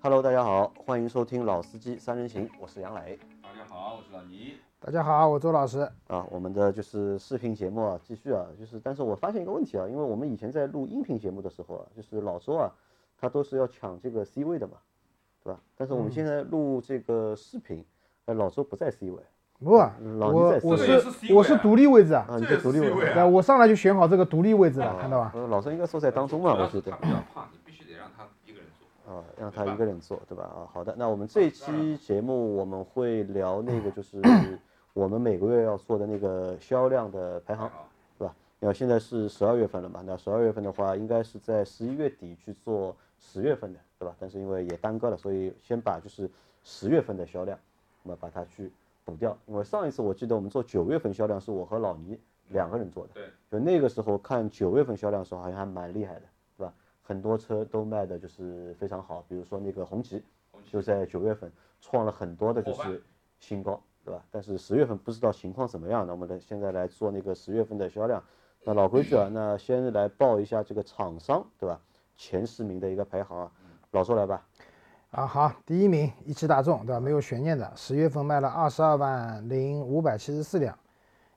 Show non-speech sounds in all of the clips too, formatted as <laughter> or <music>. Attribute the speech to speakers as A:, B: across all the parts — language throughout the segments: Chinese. A: Hello，大家好，欢迎收听《老司机三人行》，我是杨磊
B: 大家好，我是老倪。
C: 大家好，我周老师。
A: 啊。我们的就是视频节目啊，继续啊，就是但是我发现一个问题啊，因为我们以前在录音频节目的时候啊，就是老周啊，他都是要抢这个 C 位的嘛，对吧？但是
B: 嗯
A: 我们现在录这个视频，呃，老周不在 C 位
C: 不，
A: 嗯老倪
C: 我
A: 在
C: 我
A: 四
B: 位
C: 是
B: 这个也是 C 位啊
C: 我是独立位置啊，
A: 啊，你
B: 这
A: 就
B: 也是
A: 独立
B: C
A: 位
B: 位
C: 对
B: 啊
C: 吧？我上来就选好这个独立位置了，看到吧？
A: 呃老周应该坐在当中嘛，我觉得
B: 啊他比较胖，你必须得让他一个人做。
A: 啊，让他一个人做，对吧？啊，好的，那我们这一期节目我们会聊那个就是
B: <laughs>
A: 我们每个月要做的那个销量的排行，
B: 好，
A: 对吧？然后现在是十二月份了嘛，那十二月份的话，应该是在十一月底去做十月份的，对吧？但是因为也耽搁了，所以先把就是十月份的销量，那么把它去补掉。因为上一次我记得我们做九月份销量是我和老倪两个人做的，
B: 对，
A: 就那个时候看九月份销量的时候，好像还蛮厉害的，对吧？很多车都卖的就是非常好，比如说那个红旗，就在九月份创了很多的就
B: 伙伴
A: 是新高，对吧？但是十月份不知道情况怎么样，那我们来现在来做那个十月份的销量。那老规矩啊，那先来报一下这个厂商，对吧？前十名的一个排行啊，老周来吧，
C: 啊，好，第一名一汽大众，对吧？没有悬念的，十月份卖了二十二万零五百七十四辆，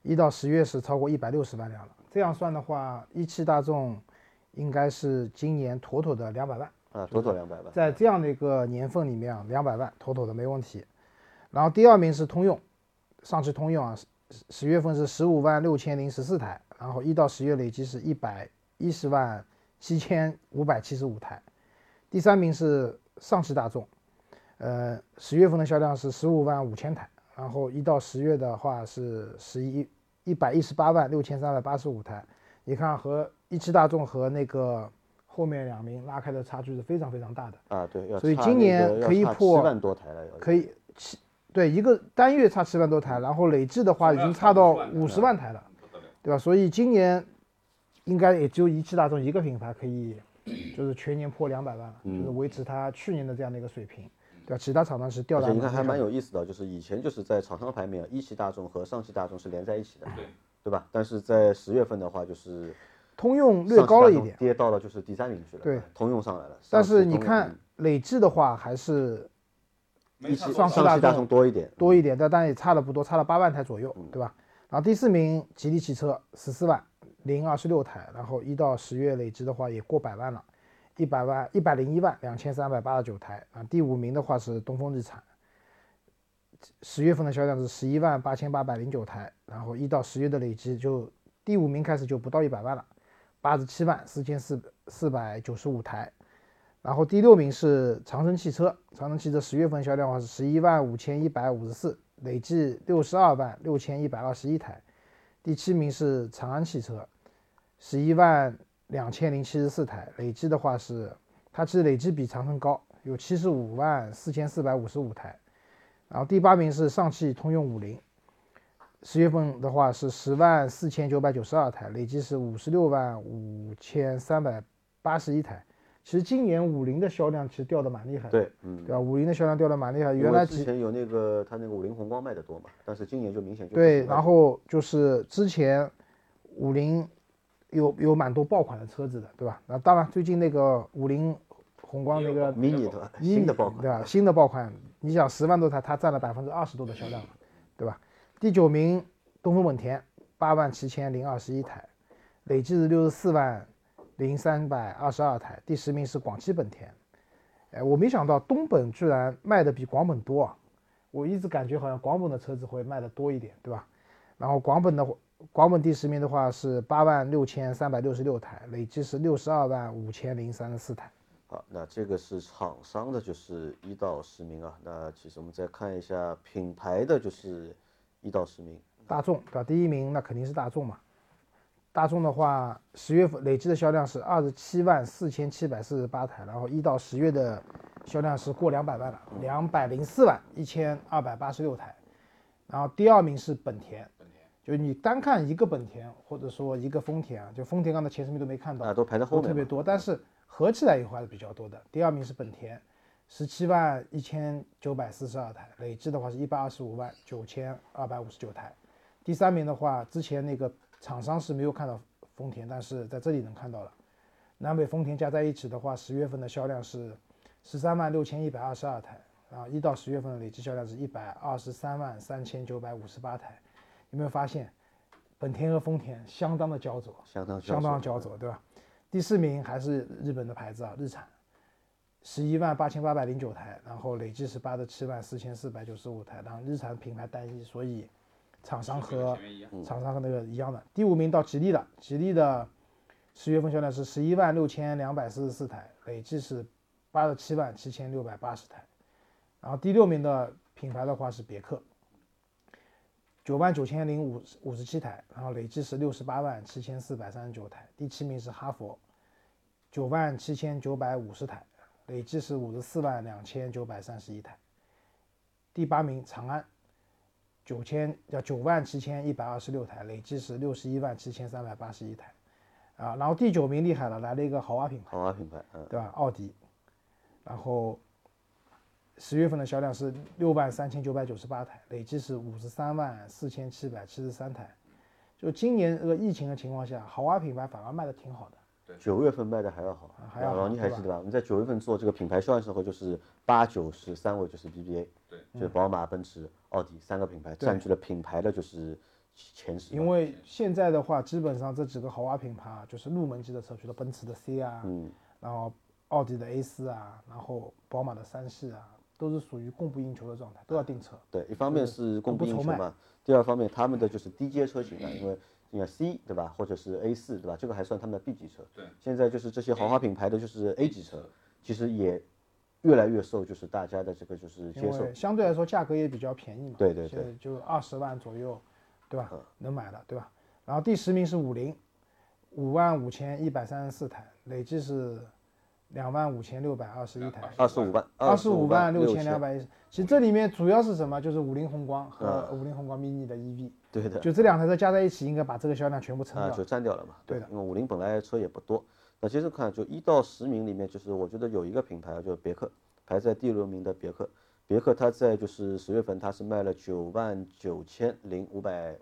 C: 一到十月是超过一百六十万辆了。这样算的话，一汽大众应该是今年妥妥的两百万，
A: 啊，妥妥两百吧。
C: 在这样的一个年份里面啊，两百万妥妥的没问题。然后第二名是通用，上汽通用啊，十十月份是十五万六千零十四台，然后一到十月累计是一百一十万七千五百七十五台。第三名是上汽大众，呃，十月份的销量是十五万五千台，然后一到十月的话是十一一百一十八万六千三百八十五台。你看啊和一汽大众和那个后面两名拉开的差距是非常非常大的。
A: 啊，对，要
C: 所以
A: 差
C: 今
A: 那
C: 年
A: 个要
C: 可以
A: 差
C: 破
A: 七万多台了，要
C: 可以七对一个单月差七万多台，然后累计的话已经差到五十万台了，
B: 不得了。
C: 对吧？所以今年应该也只有一汽大众一个品牌可以，就是全年破两百万了，就是维持它去年的这样的一个水平，对吧？其他厂商是掉
A: 而
C: 的
A: 且
C: 很
A: 你
C: 厉害
A: 看
C: 的。
A: 还蛮有意思的，就是以前就是在厂商排名啊，一汽大众和上汽大众是连在一起的，
B: 对，
A: 对吧？但是在十月份的话，就是
C: 通用略
A: 上汽
C: 高
A: 大
C: 了一
A: 众
C: 点，
A: 跌到了就是第三名去了，
C: 对，
A: 通用上来了，上
C: 但是
A: 汽
C: 你
A: 通用
C: 看累计的话还是
B: 没差
A: 上汽
B: 多
C: 上
B: 少
C: 次
A: 上汽大
C: 呃大
A: 众
C: 众
A: 多一点，
C: 多一点，但但也差的不多，差了八万台左右，对吧？然后第四名吉利汽车十四万零二十六台，然后一到十月累计的话也过百万了，一百万一百零一万两千三百八十九台啊。第五名的话是东风日产，十月份的销量是十一万八千八百零九台，然后一到十月的累计就第五名开始就不到一百万了，八十七万四千四四百九十五台。然后第六名是长城汽车，长城汽车十月份销量的话是十一万五千一百五十四，累计六十二万六千一百二十一台。第七名是长安汽车，十一万两千零七十四台，累计的话是它其实累计比长城高，有七十五万四千四百五十五台。然后第八名是上汽通用五菱，十月份的话是十万四千九百九十二台，累计是五十六万五千三百八十一台。其实今年五菱的销量其实掉的蛮厉害的，
A: 对，嗯，
C: 对吧？五菱的销量掉的蛮厉害，
A: 因
C: 原
A: 为
C: 来
A: 之
C: 几
A: 前有那个它那个五菱宏光卖的多嘛，但是今年就明显就不
C: 对，
A: 是卖
C: 然后就是之前五菱有有蛮多爆款的车子的，对吧？那当然最近那个五菱宏光那个
A: mini 的
C: 一
A: 新的爆款，
C: 对吧？新的爆款，你想十万多台，它占了百分之二十多的销量嘛，对吧？第九名东风本田八万七千零二十一台，累计是六十四万零三百二十二台。第十名是广汽本田，哎，我没想到东本居然卖的比广本多啊！我一直感觉好像广本的车子会卖的多一点，对吧？然后广本的广本第十名的话是八万六千三百六十六台，累计是六十二万五千零三十四台。
A: 好，那这个是厂商的，就是一到十名啊。那其实我们再看一下品牌的，就是一到十名。
C: 大众对吧？第一名那肯定是大众嘛。大众的话，十月份累计的销量是二十七万四千七百四十八台，然后一到十月的销量是过两百万了，两百零四万一千二百八十六台。然后第二名是本田，
B: 本田
C: 就你单看一个本田或者说一个丰田啊，就丰田刚才前十名都没看到，
A: 啊都排在后面
C: 特别
A: 嘛
C: 多，但是合起来以后还是比较多的。第二名是本田，十七万一千九百四十二台，累计的话是一百二十五万九千二百五十九台。第三名的话，之前那个厂商是没有看到丰田，但是在这里能看到了。南北丰田加在一起的话，十月份的销量是十三万六千一百二十二台，啊，一到十月份的累计销量是一百二十三万三千九百五十八台。有没有发现，本田和丰田相当的焦灼，
A: 相当
C: 相当的
A: 焦
C: 焦灼，对吧？第四名还是日本的牌子啊，日产，十一万八千八百零九台，然后累计是八十七万四千四百九十五台。然后日产品牌单一，所以厂商
B: 是跟
C: 和
B: 前面一样，
C: 厂商和那个一样的。第五名到吉利了，吉利的十月份销量是十一万六千两百四十四台，累计是八十七万七千六百八十台。然后第六名的品牌的话是别克，九万九千零五五十七台，然后累计是六十八万七千四百三十九台。第七名是哈佛，九万七千九百五十台，累计是五十四万两千九百三十一台。第八名长安，九千叫九万七千一百二十六台，累计是六十一万七千三百八十一台，啊，然后第九名厉害了，来了一个豪华品牌，
A: 豪华品牌，嗯，
C: 对吧？奥迪，然后十月份的销量是六万三千九百九十八台，累计是五十三万四千七百七十三台。就今年这个疫情的情况下，豪华品牌反而卖的挺好的。
A: 九月份卖的还要好
C: 啊，还要
A: 老
C: 好
A: 老你还
C: 对吧
A: 记得吧？我们在九月份做这个品牌销量的时候，就是八九十三位就是 BBA，
B: 对，
A: 就是宝马、奔驰、奥迪三个品牌
C: 嗯对
A: 占据了品牌的就是前十吧，
C: 因为现在的话，基本上这几个豪华品牌啊，就是入门级的车，比如说奔驰的 C 啊，
A: 嗯，
C: 然后奥迪的 A 四啊，然后宝马的三系啊，都是属于供不应求的状态，都要订车。
A: 对，一方面是供不应求
C: 不
A: 嘛，第二方面他们的就是低阶车型啊，因为你看 C 对吧，或者是 A 四对吧，这个还算他们的 B 级车。
B: 对，
A: 现在就是这些豪华品牌的就是 A 级车，其实也越来越受就是大家的这个就是
C: 因
A: 接受
C: 为。相对来说价格也比较便宜嘛，
A: 对嗯对对
C: 现在就二十万左右，对吧？能买了，对吧？然后第十名是五菱，五万五千一百三十四台，累计是两万五千六百二十一台，
A: 二十五万，
C: 二十
A: 十
C: 五
A: 万
C: 万六千
A: 千
C: 两。百一十。其实这里面主要是什么？就是五菱宏光和五菱宏光 mini 的 EV，、
A: 啊对的，
C: 就这两台车加在一起，应该把这个销量全部撑
A: 啊，
C: 掉。
A: 就占掉了嘛。
C: 对
A: 因为五菱本来车也不多。那接着看，就一到十名里面，就是我觉得有一个品牌啊，就是别克，排在第六名的别克。别克它在就是十月份它是卖了九万九千零五百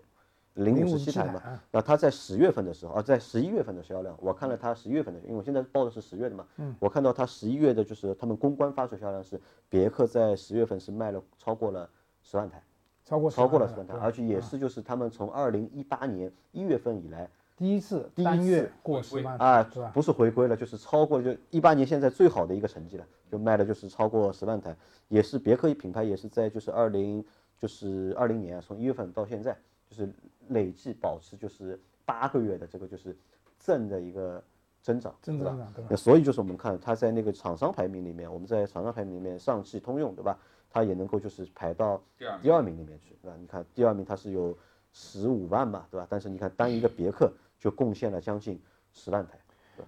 A: 零五十七
C: 057
A: 台
C: 台
A: 嘛
C: 啊，
A: 那它在十月份的时候啊，在十一月份的销量，我看了它十一月份的，因为我现在报的是十月的嘛，我看到它十一月的就是他们公关发出的销量是别克在十月份是卖了超过了十万台，
C: 超过
A: 超过了
C: 10
A: 十
C: 万
A: 万台，
C: 对吧
A: 而且也是就是他们从二零一八年一月份以来
C: 第一次
A: 第一
C: 单月
A: 次
C: 过
B: 回
C: 十万
A: 啊
C: 台，是吧？
A: 不是回归了，就是超过就一八年现在最好的一个成绩了，就卖了就是超过十万台，也是别克品牌也是在就是二零就是二零年啊从一月份到现在，就是累计保持就是八个月的这个就是正的一个增长，
C: 正
A: 对吧
C: 增长对吧？
A: 那所以就是我们看它在那个厂商排名里面，我们在厂商排名里面，上汽通用对吧？它也能够就是排到
B: 第二名
A: 第二名里面去，对吧？你看第二名它是有十五万嘛，对吧？但是你看单一个别克就贡献了将近十万台，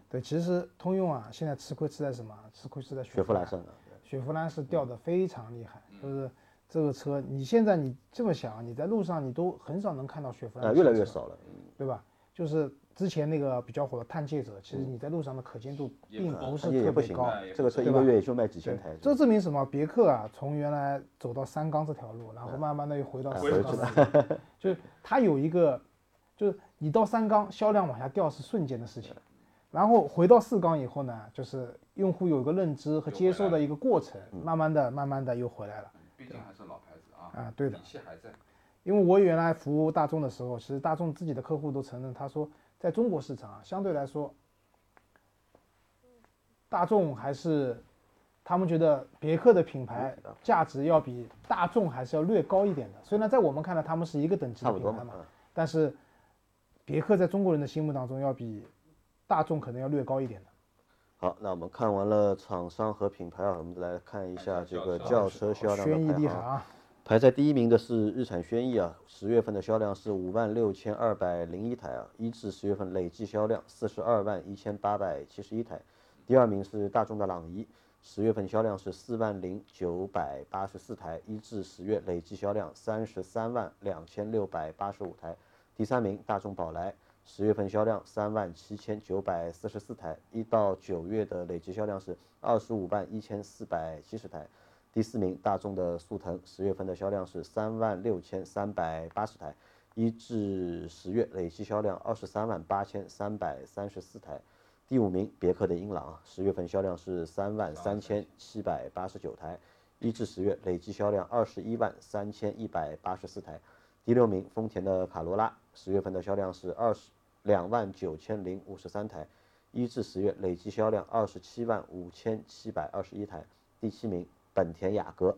C: 对，其实通用啊，现在吃亏吃在什么？吃亏吃在
A: 雪佛
C: 佛
A: 兰嗯上了。
C: 雪佛兰是掉的非常厉害，就是这个车，你现在你这么想，你在路上你都很少能看到雪佛兰
A: 呃，
C: 的
A: 越来
C: 新
A: 越
C: 车，
A: 少了。
C: 对吧？就是之前那个比较火的探界者，其实你在路上的可见度
B: 也
C: 并
B: 不
C: 不
A: 嗯
C: 是
A: 它也
C: 特
A: 也不
C: 别
A: 行
C: 高
B: 了。
A: 嗯啊，这个车一
C: 对
A: 个
C: 吧
A: 月也就卖几千
C: 对
A: 台，，
C: 这证明什么？别克啊，从原来走到三缸这条路，然后慢慢的又回到
A: 嗯
B: 回
C: 四缸
B: 去
C: 这条路，就是它有一个，就是你到三缸销量往下掉是瞬间的事情，然后回到四缸以后呢，就是用户有一个认知和接受的一个过程，
A: 嗯
C: 慢慢的、慢慢的又回来了。
B: 毕竟还是老牌子啊，
C: 啊，对的
B: 底，气还在，
C: 因为我原来服务大众的时候，其实大众自己的客户都承认，他说在中国市场啊，相对来说，大众还是他们觉得别克的品牌
A: 啊
C: 价值要比大众还是要略高一点的。虽然在我们看来，他们是一个等级
A: 差
C: 的
A: 不多
C: 品牌
A: 嘛嗯
C: 嘛，。但是别克在中国人的心目当中要比大众可能要略高一点的。
A: 好，那我们看完了厂商和品牌啊，我们来看一下这个轿车销量
C: 轩逸
A: 的
C: 厉
A: 排
C: 害
A: 行。
C: 啊，
A: 排在第一名的是日产轩逸啊，十月份的销量是五万六千二百零一台啊，一至十月份累计销量四十二万一千八百七十一台。第二名是大众的朗逸，十月份销量是四万零九百八十四台，一至十月累计销量三十三万两千六百八十五台。第三名大众宝来，十月份销量三万七千九百四十四台，一到九月的累计销量是二十五万一千四百七十台。第四名，大众的速腾，十月份的销量是三万六千三百八十台，一至十月累计销量二十三万八千三百三十四台。第五名，别克的英朗啊，十月份销量是三万三千七百八十九台，一至十月累计销量二十一万三千一百八十四台。第六名，丰田的卡罗拉，十月份的销量是二十两万九千零五十三台，一至十月累计销量二十七万五千七百二十一台。第七名，本田雅阁，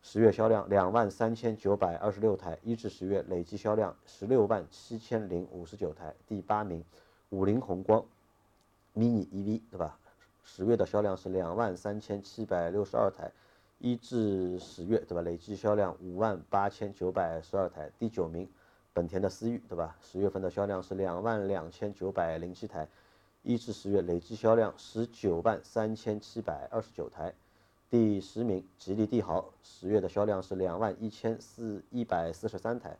A: 十月销量两万三千九百二十六台，一至十月累计销量十六万七千零五十九台。第八名，五菱宏光 mini EV 对吧？十月的销量是两万三千七百六十二台，一至十月对吧？累计销量五万八千九百十二台。第九名，本田的思域对吧？十月份的销量是两万两千九百零七台，一至十月累计销量十九万三千七百二十九台。第十名，吉利帝豪，十月的销量是两万一千四一百四十三台，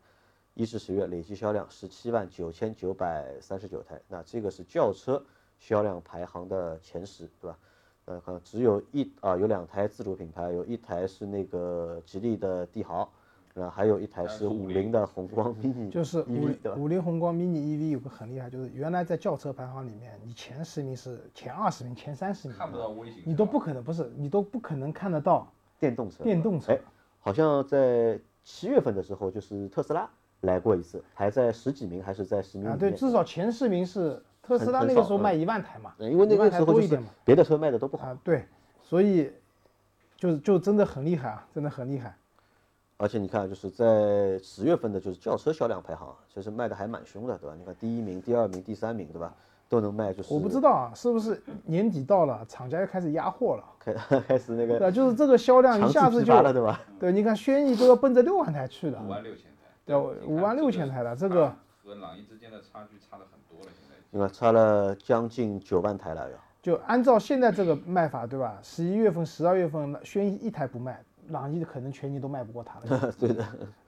A: 一至十月累计销量十七万九千九百三十九台。那这个是轿车销量排行的前十，对吧？呃，可能只有一啊，有两台自主品牌，有一台是那个吉利的帝豪，然后还有一台是五菱的宏光 mini，
C: 就是五
A: EV 嗯，E 对吧？
C: 五菱宏光 mini EV 有个很厉害，就是原来在轿车排行里面，你前十名是前二十名、前三十名，
B: 看不到微型车，
C: 你都不可能不是，你都不可能看得到
A: 电动车，
C: 电动车啊
A: 哎。好像在七月份的时候，就是特斯拉来过一次，排在十几名还是在十名
C: 啊。
A: 里
C: 对，
A: 面。
C: 至少前十名是特斯拉
A: 很
C: 那
A: 很
C: 个
A: 少
C: 时候
A: 嗯
C: 卖一万台嘛，
A: 对因为那
C: 一万
A: 个
C: 台
A: 时候就
C: 多一
A: 是
C: 点嘛。
A: 别的车卖的都不好，
C: 啊，对，所以就就真的很厉害啊，真的很厉害。
A: 而且你看，就是在十月份的，就是轿车销量排行啊，其实卖的还蛮凶的，对吧？你看第一名、第二名、第三名，对吧？都能卖，就是
C: 我不知道啊，是不是年底到了，厂家又开始压货了？
A: 开 <laughs> 开始那个
C: 对吧，就是 <laughs> 这个销量
A: 强
C: 一下
A: 制
C: 子
A: 批
C: 就
A: 发了，对吧？
C: 对，你看轩逸都要奔着六万台去
B: 五
C: 了，
B: 万六千台，
C: 对，
B: 你看
C: 五万六千台了，这
B: 差
C: 个
B: 和朗逸之间的差距差的很多了，现在已经。
A: 你看差了将近九万台了，要
C: 就按照现在这个卖法，对吧？十一月份、十二月份，轩逸一台不卖，朗逸可能全年都卖不过它了，
A: <laughs> 对的，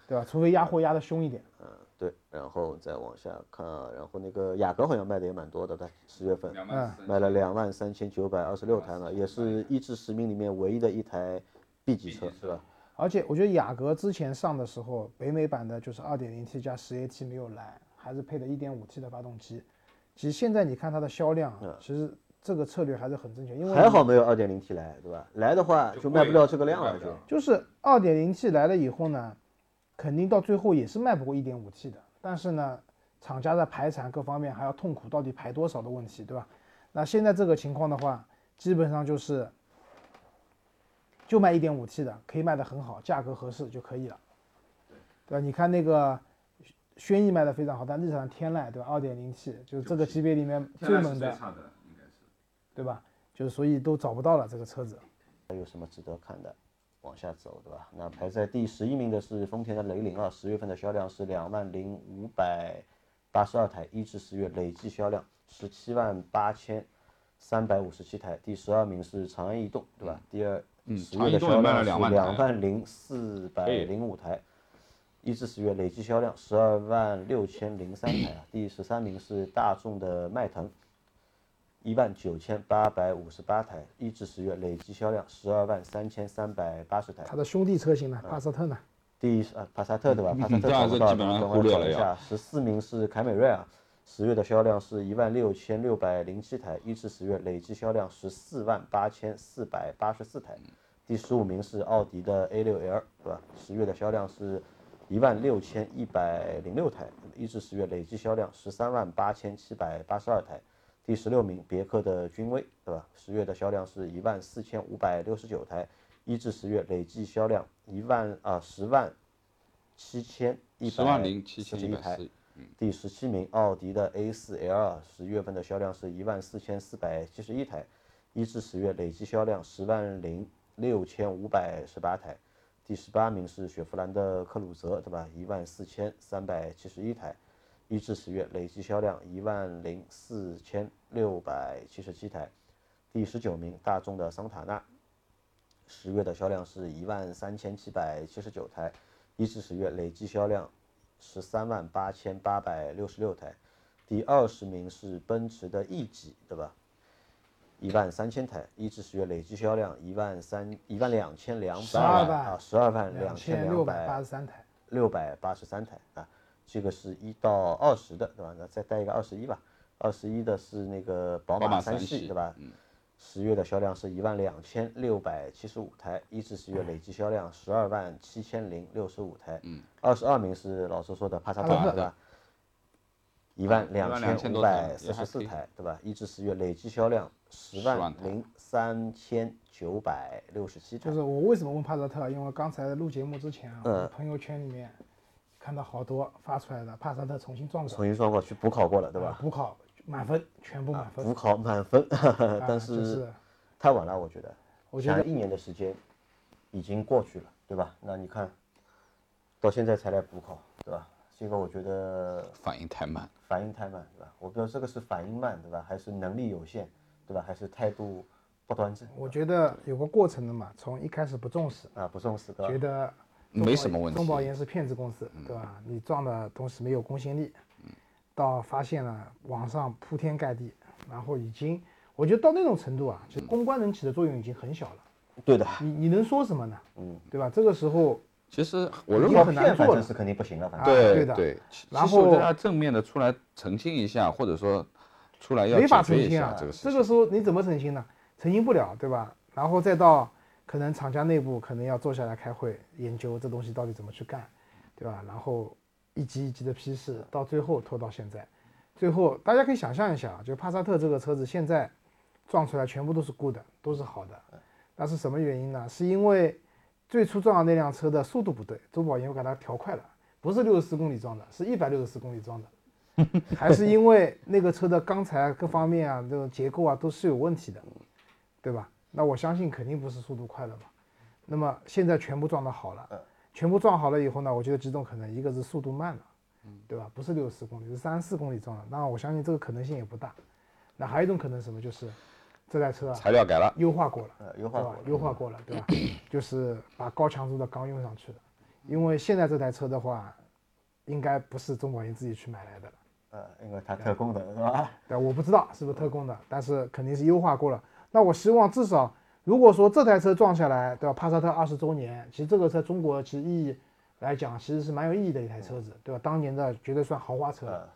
C: 对吧？除非压货压得凶一点。
A: 嗯，对。然后再往下看啊，然后那个雅阁好像卖的也蛮多的，它十月份
B: 两万四，
A: 卖了两万三千九百二十六台呢，也是一至十名里面唯一的一台 B 级车
B: B 级，车
A: 是吧？
C: 而且我觉得雅阁之前上的时候，北美版的就是 2.0T 加 10AT 没有来，还是配的 1.5T 的发动机。其实现在你看它的销量啊，其实这个策略还是很正确，因为
A: 嗯还好没有二点零 T 来，对吧？来的话
B: 就
A: 哎就卖不
B: 贵
A: 了
B: 了
A: 这个量
B: 卖
A: 了，
B: 不
A: 就
B: 了
C: 就是 2.0T 来了以后呢，肯定到最后也是卖不过 1.5T 的，但是呢，厂家的排产各方面还要痛苦到底排多少的问题，对吧？那现在这个情况的话，基本上就是就卖 1.5T 的，可以卖得很好，价格合适就可以了，对吧？你看那个。轩逸卖得非常好，但日产天籁对吧？2 0 T 就是这个级别里面
B: 天
C: 最
B: 籁是
C: 猛
B: 最
C: 的，
B: 差的，应该是。
C: 对吧？就是所以都找不到了这个车子。
A: 还有什么值得看的？往下走，对吧？那排在第十一名的是丰田的雷凌啊，十月份的销量是两万零五百八十二台，一至十月累计销量十七万八千三百五十七台。第十二名是长安逸动，对吧？第二，
D: 嗯
A: 十
D: 长
A: 月的
D: 安逸动
A: 销
D: 也卖
A: 量
D: 了
A: 是
D: 两万
A: 两
D: 台
A: 万零四百零五台，一至十月累计销量十二万六千零三台啊。第十三名是大众的迈腾，一万九千八百五十八台，一至十月累计销量十二万三千三百八十台。
C: 它的兄弟车型呢，
B: 嗯
C: 帕萨特呢，
A: 第一呃帕萨特对吧？帕萨特
D: 这样
A: 找不
D: 嗯是
A: 到
D: 基本上
A: 等
D: 忽
A: 会
D: 略
A: 找
D: 了
A: 一
D: 呀
A: 下。十四名是凯美瑞啊，十月的销量是一万六千六百零七台，一至十月累计销量十四万八千四百八十四
D: 嗯
A: 台。第十五名是奥迪的 A 六 L 对吧？十月的销量是一万六千一百零六台，一至十月累计销量十三万八千七百八十二台。第十六名，别克的君威，对吧？十月的销量是一万四千五百六十九台，一至十月累计销量一万啊十万七千一百
D: 十万零七
A: 四
D: 千
A: 十
D: 一嗯
A: 一
D: 百
A: 台
D: 四。。
A: 第十七名，奥迪的 A 四 L，十月份的销量是一万四千四百七十一台，一至十月累计销量十万零六千五百十八台。第十八名是雪佛兰的科鲁泽，对吧？一万四千三百七十一台，一至十月累计销量一万零四千六百七十七台。第十九名，大众的桑塔纳，十月的销量是一万三千七百七十九台，一至十月累计销量十三万八千八百六十六台，第二十名是奔驰的 E 级，对吧？一万三千台，一至十月累计销量一万三一万两千两百
C: 12万
A: 啊，十二万两
C: 两
A: 千
C: 千
A: 两
C: 六百
A: 百
C: 八十三台。
A: 六百八十三台啊，这个是一到二十的，对吧？那再带一个二十一吧。二十一的是那个宝
D: 宝马
A: 三
D: 系
A: 对吧？？
D: 嗯，
A: 十月的销量是一万两千六百七十五台，一至十月累计销量十二万七千零六十五台。
D: 嗯，
A: 二十二名是老师说的帕萨特，
C: 帕萨特
A: 对吧？啊一万两千五百四十四
D: 也还
A: 台，对吧？一至十月累计销量十万零三千九百六十七台
C: 就。是我为什么问帕萨特，啊因为刚才录节目之前啊，我
A: 嗯
C: 朋友圈里面看到好多发出来的帕萨特重新撞手，
A: 重新算过去补考过了，对吧？
C: 补考满分，全部满分
A: 补，考满分，<laughs>
C: 呃啊
A: 但
C: 就是是
A: 太晚了，我觉得。
C: 我觉得
A: 想一年的时间已经过去了，对吧？那你看，到现在才来补考，对吧？这个我觉得
D: 反应太慢。
A: 反应太慢，对吧？我不知道这个是反应慢，对吧？还是能力有限，对吧？还是态度不端正
C: 我觉得有个过程的嘛，从一开始不重视，
A: 啊？不重视，对
C: 觉
A: 吧？
C: 得
D: 没什么问题嗯
C: 中保研是骗子公司，对吧？你撞的东西没有公信力，到发现了网上铺天盖地，然后已经，我觉得到那种程度啊，
D: 嗯
C: 其实公关能起的作用已经很小了。
A: 对的，
C: 你你能说什么呢？
A: 嗯，
C: 对吧？这个时候，
D: 其实我认
C: 你
D: 为
A: 要
C: 很难
A: 骗
C: 做
A: 反正
C: 了啊
A: 是肯定不行了，反正
C: 对
D: 对
C: 的
D: 其
C: 然
D: 其实我觉
C: 后
D: 得他正面的出来澄清一下，或者说出来要
C: 没法
D: 解
C: 澄
D: 决一
C: 清
D: 下
C: 啊，
D: 这个事
C: 这
D: 情。
C: 个时候你怎么澄清呢？澄清不了，对吧？然后再到可能厂家内部可能要坐下来开会研究这东西到底怎么去干，对吧？然后一级一级的批示，到最后拖到现在，最后大家可以想象一下啊，就帕萨特这个车子现在撞出来全部都是 good，都是好的，那是什么原因呢？是因为最初撞的那辆车的速度不对，周保研又给它调快了，不是六十四公里撞的，是一百六十四公里撞的。还是因为那个车的钢材啊各方面啊，这种结构啊都是有问题的，对吧？那我相信肯定不是速度快了嘛。那么现在全部撞得好了，
A: 嗯
C: 全部撞好了以后呢，我觉得几种可能，一个是速度慢了，
A: 嗯
C: 对吧？不是六十公里，是三十四公里撞了。当然，我相信这个可能性也不大。那还有一种可能是什么，就是这台车啊
D: 材料改了，
C: 优化过了。
A: 呃，优
C: 对
A: 化
C: 吧
A: 过？了嗯
C: 优化过了，对吧？就是把高强度的钢用上去了，因为现在这台车的话，应该不是中保研自己去买来的了，
A: 呃，因为他特工的是吧？
C: 对吧，呃我不知道是不是特供的，但是肯定是优化过了。那我希望至少，如果说这台车撞下来，对吧？帕萨特二十周年，其实这个在中国其实意义来讲，其实是蛮有意义的一台车子，对吧？当年的绝对算豪华车了，
A: 呃，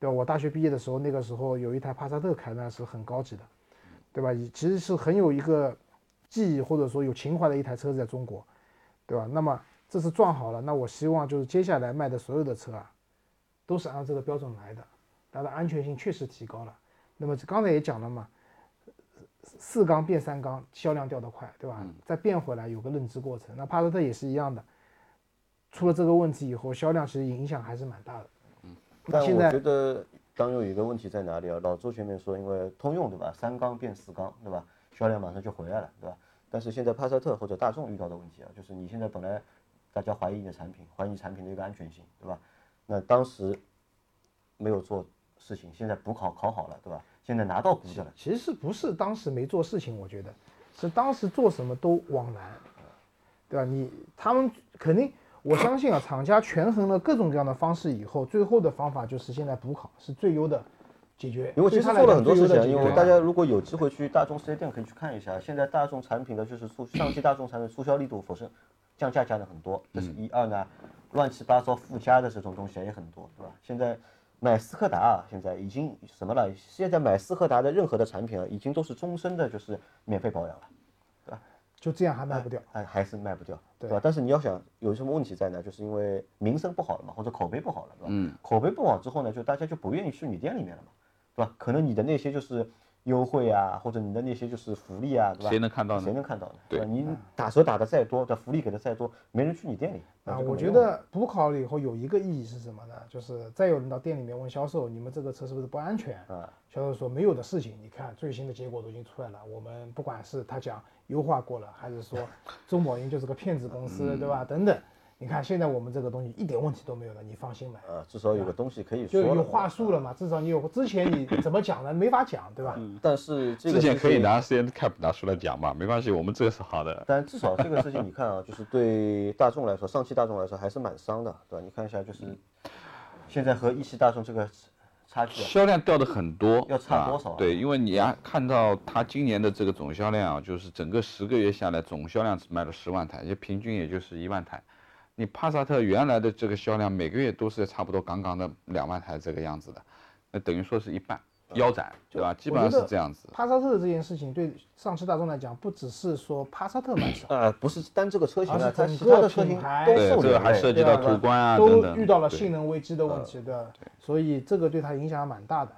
C: 对吧？我大学毕业的时候，那个时候有一台帕萨特开，那是很高级的，
A: 嗯
C: 对吧？也其实是很有一个记忆或者说有情怀的一台车子，在中国，对吧？那么这次撞好了，那我希望就是接下来卖的所有的车啊，都是按照这个标准来的，它的安全性确实提高了。那么刚才也讲了嘛，四缸变三缸，销量掉得快，对吧？
A: 嗯
C: 再变回来有个认知过程。那帕萨特也是一样的，出了这个问题以后，销量其实影响还是蛮大的。那
A: 嗯但
C: 现
A: 我
C: 在
A: 觉得当中有一个问题在哪里啊？老周前面说，因为通用对吧，三缸变四缸对吧，销量马上就回来了对吧？但是现在帕萨特或者大众遇到的问题啊，就是你现在本来大家怀疑你的产品，怀疑你产品的一个安全性对吧？那当时没有做事情，现在补考考好了对吧？现在拿到估的了，
C: 其实不是当时没做事情，我觉得是当时做什么都枉然，对吧？你他们肯定，我相信啊，厂家权衡了各种各样的方式以后，最后的方法就是现在补考是最优的解决。
A: 因为其
C: 对
A: 实
C: 他
A: 做了
C: 来
A: 很多
C: 讲最优
A: 事
C: 的
A: 情啊，
C: 解决
A: 因为
C: 方
A: 大
C: 案
A: 家如果有机会去大众四 S 店可以去看一下，现在大众产品的就是促上汽大众产品促销力度否是降价降的很多，这是
C: 嗯
A: 一二呢，乱七八糟附加的这种东西啊也很多，对吧？现在买斯柯达啊，现在已经什么了？现在买斯柯达的任何的产品啊，已经都是终身的就是免费保养了。
C: 就这样还卖不掉。
A: 还还是卖不掉，
C: 对
A: 对吧？但是你要想有什么问题在呢？就是因为名声不好了嘛，或者口碑不好了，对吧？
D: 嗯，
A: 口碑不好之后呢，就大家就不愿意去你店里面了嘛，对吧？可能你的那些就是优惠啊，或者你的那些就是福利啊，对吧？
D: 谁能看到
A: 谁
D: 呢？
A: 能看到呢？
D: 对
A: 吧？你打折打的再多，的福利给的再多，没人去你店里
C: 啊，
A: 那就
C: 我
A: 没
C: 觉
A: 用了
C: 得补考了以后有一个意义是什么呢？就是再有人到店里面问销售，你们这个车是不是不安全？
A: 啊，
C: 销售说没有的事情，你看最新的结果都已经出来了。我们不管是他讲优化过了，还是说中保研就是个骗子公司，对吧？嗯等等，你看现在我们这个东西一点问题都没有了，你放心买，
A: 呃，至少有个东西可以
C: 就
A: 说
C: 有
A: 了
C: 话术了嘛。至少你有之前你怎么讲呢？没法讲，对吧？
A: 但是这
D: 之
A: 个
D: 前
A: 事
D: 可以
A: 情
D: 拿 CN Cap 拿出来讲嘛，没关系，我们这个是好的。
A: 但至少这个事情，你看啊，就是对大众来说，上汽大众来说还是蛮伤的，对吧？你看一下，就是现在和一汽大众这个差距啊，
D: 销量掉的很多，
A: 要差多少啊
D: 啊？对，因为你啊看到它今年的这个总销量啊，就是整个十个月下来总销量只卖了十万台，就平均也就是一万台。你帕萨特原来的这个销量每个月都是差不多杠杠的两万台这个样子的，那等于说是一半，腰斩，对吧？基本上是这样子。
C: 帕萨特的这件事情对上汽大众来讲，不只是说帕萨特卖少，
A: 呃，不是单这个车型
C: 而
A: 啊，
C: 是
A: 它
C: 整
A: 其
C: 个
A: 他的车
C: 品
A: 型
C: 牌
A: 都
C: 对
A: 受
D: 这个
A: 连
D: 还
A: 累
D: 涉及
C: 对
D: 到
C: 吧
D: 途观啊等
C: 都
D: 等，
C: 遇到了
D: 对
C: 性能危机的问
A: 嗯
C: 题，对吧？所以这个对它影响蛮大的。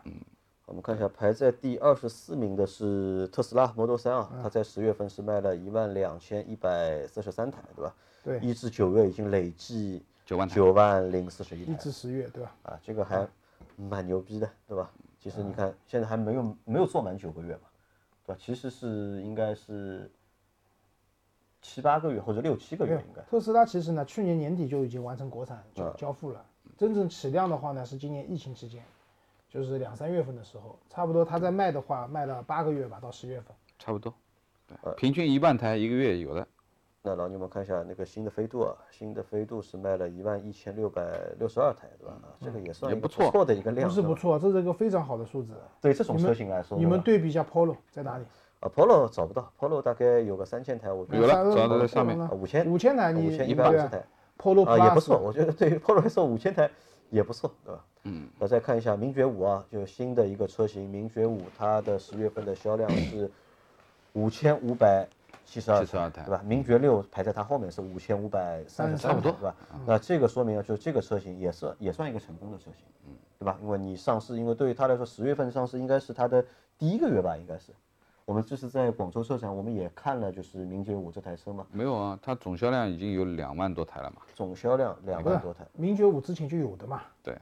A: 我们看一下排在第二十四名的是特斯拉 Model 3啊，
C: 嗯
A: 它在十月份是卖了一万两千一百四十三台，对吧？
C: 对
A: 一至九月已经累计
D: 9万台
A: 九万零四十一
C: 一
A: 台
C: 至十月，对吧？
A: 啊，这个还蛮牛逼的，对吧？其实你
C: 嗯
A: 看现在还没有没有做满九个月嘛，对吧？其实是应该是七八个月或者六七个
C: 没
A: 月
C: 有
A: 应该。
C: 哎
A: 嗯
C: 特斯拉其实呢，去年年底就已经完成国产交交付了。真正起量的话呢，是今年疫情期间，就是两三月份的时候，差不多它在卖的话，卖了八个月吧，到十月份。
D: 差不多。对，呃平均一万台一个月有的，
A: 那老你们看一下那个新的飞度啊，新的飞度是卖了一万一千六百六十二台，对吧？啊这个也算
D: 也
A: 一个
D: 不错
A: 错的一个量，
C: 嗯不是
A: 对吧
C: 不错，这是一个非常好的数字。
A: 对这种车型来说，
C: 你们对比一下 Polo 在哪里？
A: 啊，Polo 找不到，Polo 大概有个三千台，我觉
D: 有
A: 得
D: 了
C: 三
D: 找到在上面
A: 啊五千
C: 五千台你
A: 五千一
C: 你
A: 百五
C: 对
A: 十
C: 啊
A: 台
C: Polo
A: 啊也不
C: Plus
A: 错，我觉得对于 Polo 来说五千台也不错，对吧？嗯，那再看一下名爵五啊，就是新的一个车型，名爵五它的十月份的销量是五千五百七十二
D: 72台
A: 对吧？名爵六排在它后面是五千五百三十，
C: 差不
A: 多，对吧？那这个说明啊，就这个车型也是也算一个成功的车型，嗯，对吧？因为你上市，因为对于它来说，十月份上市应该是它的第一个月吧，应该是。我们这次在广州车展，我们也看了就是名爵五这台车嘛，
D: 没有啊，它总销量已经有两万多台了嘛。
A: 总销量两万多台。
C: 名爵五之前就有的嘛。
D: 对，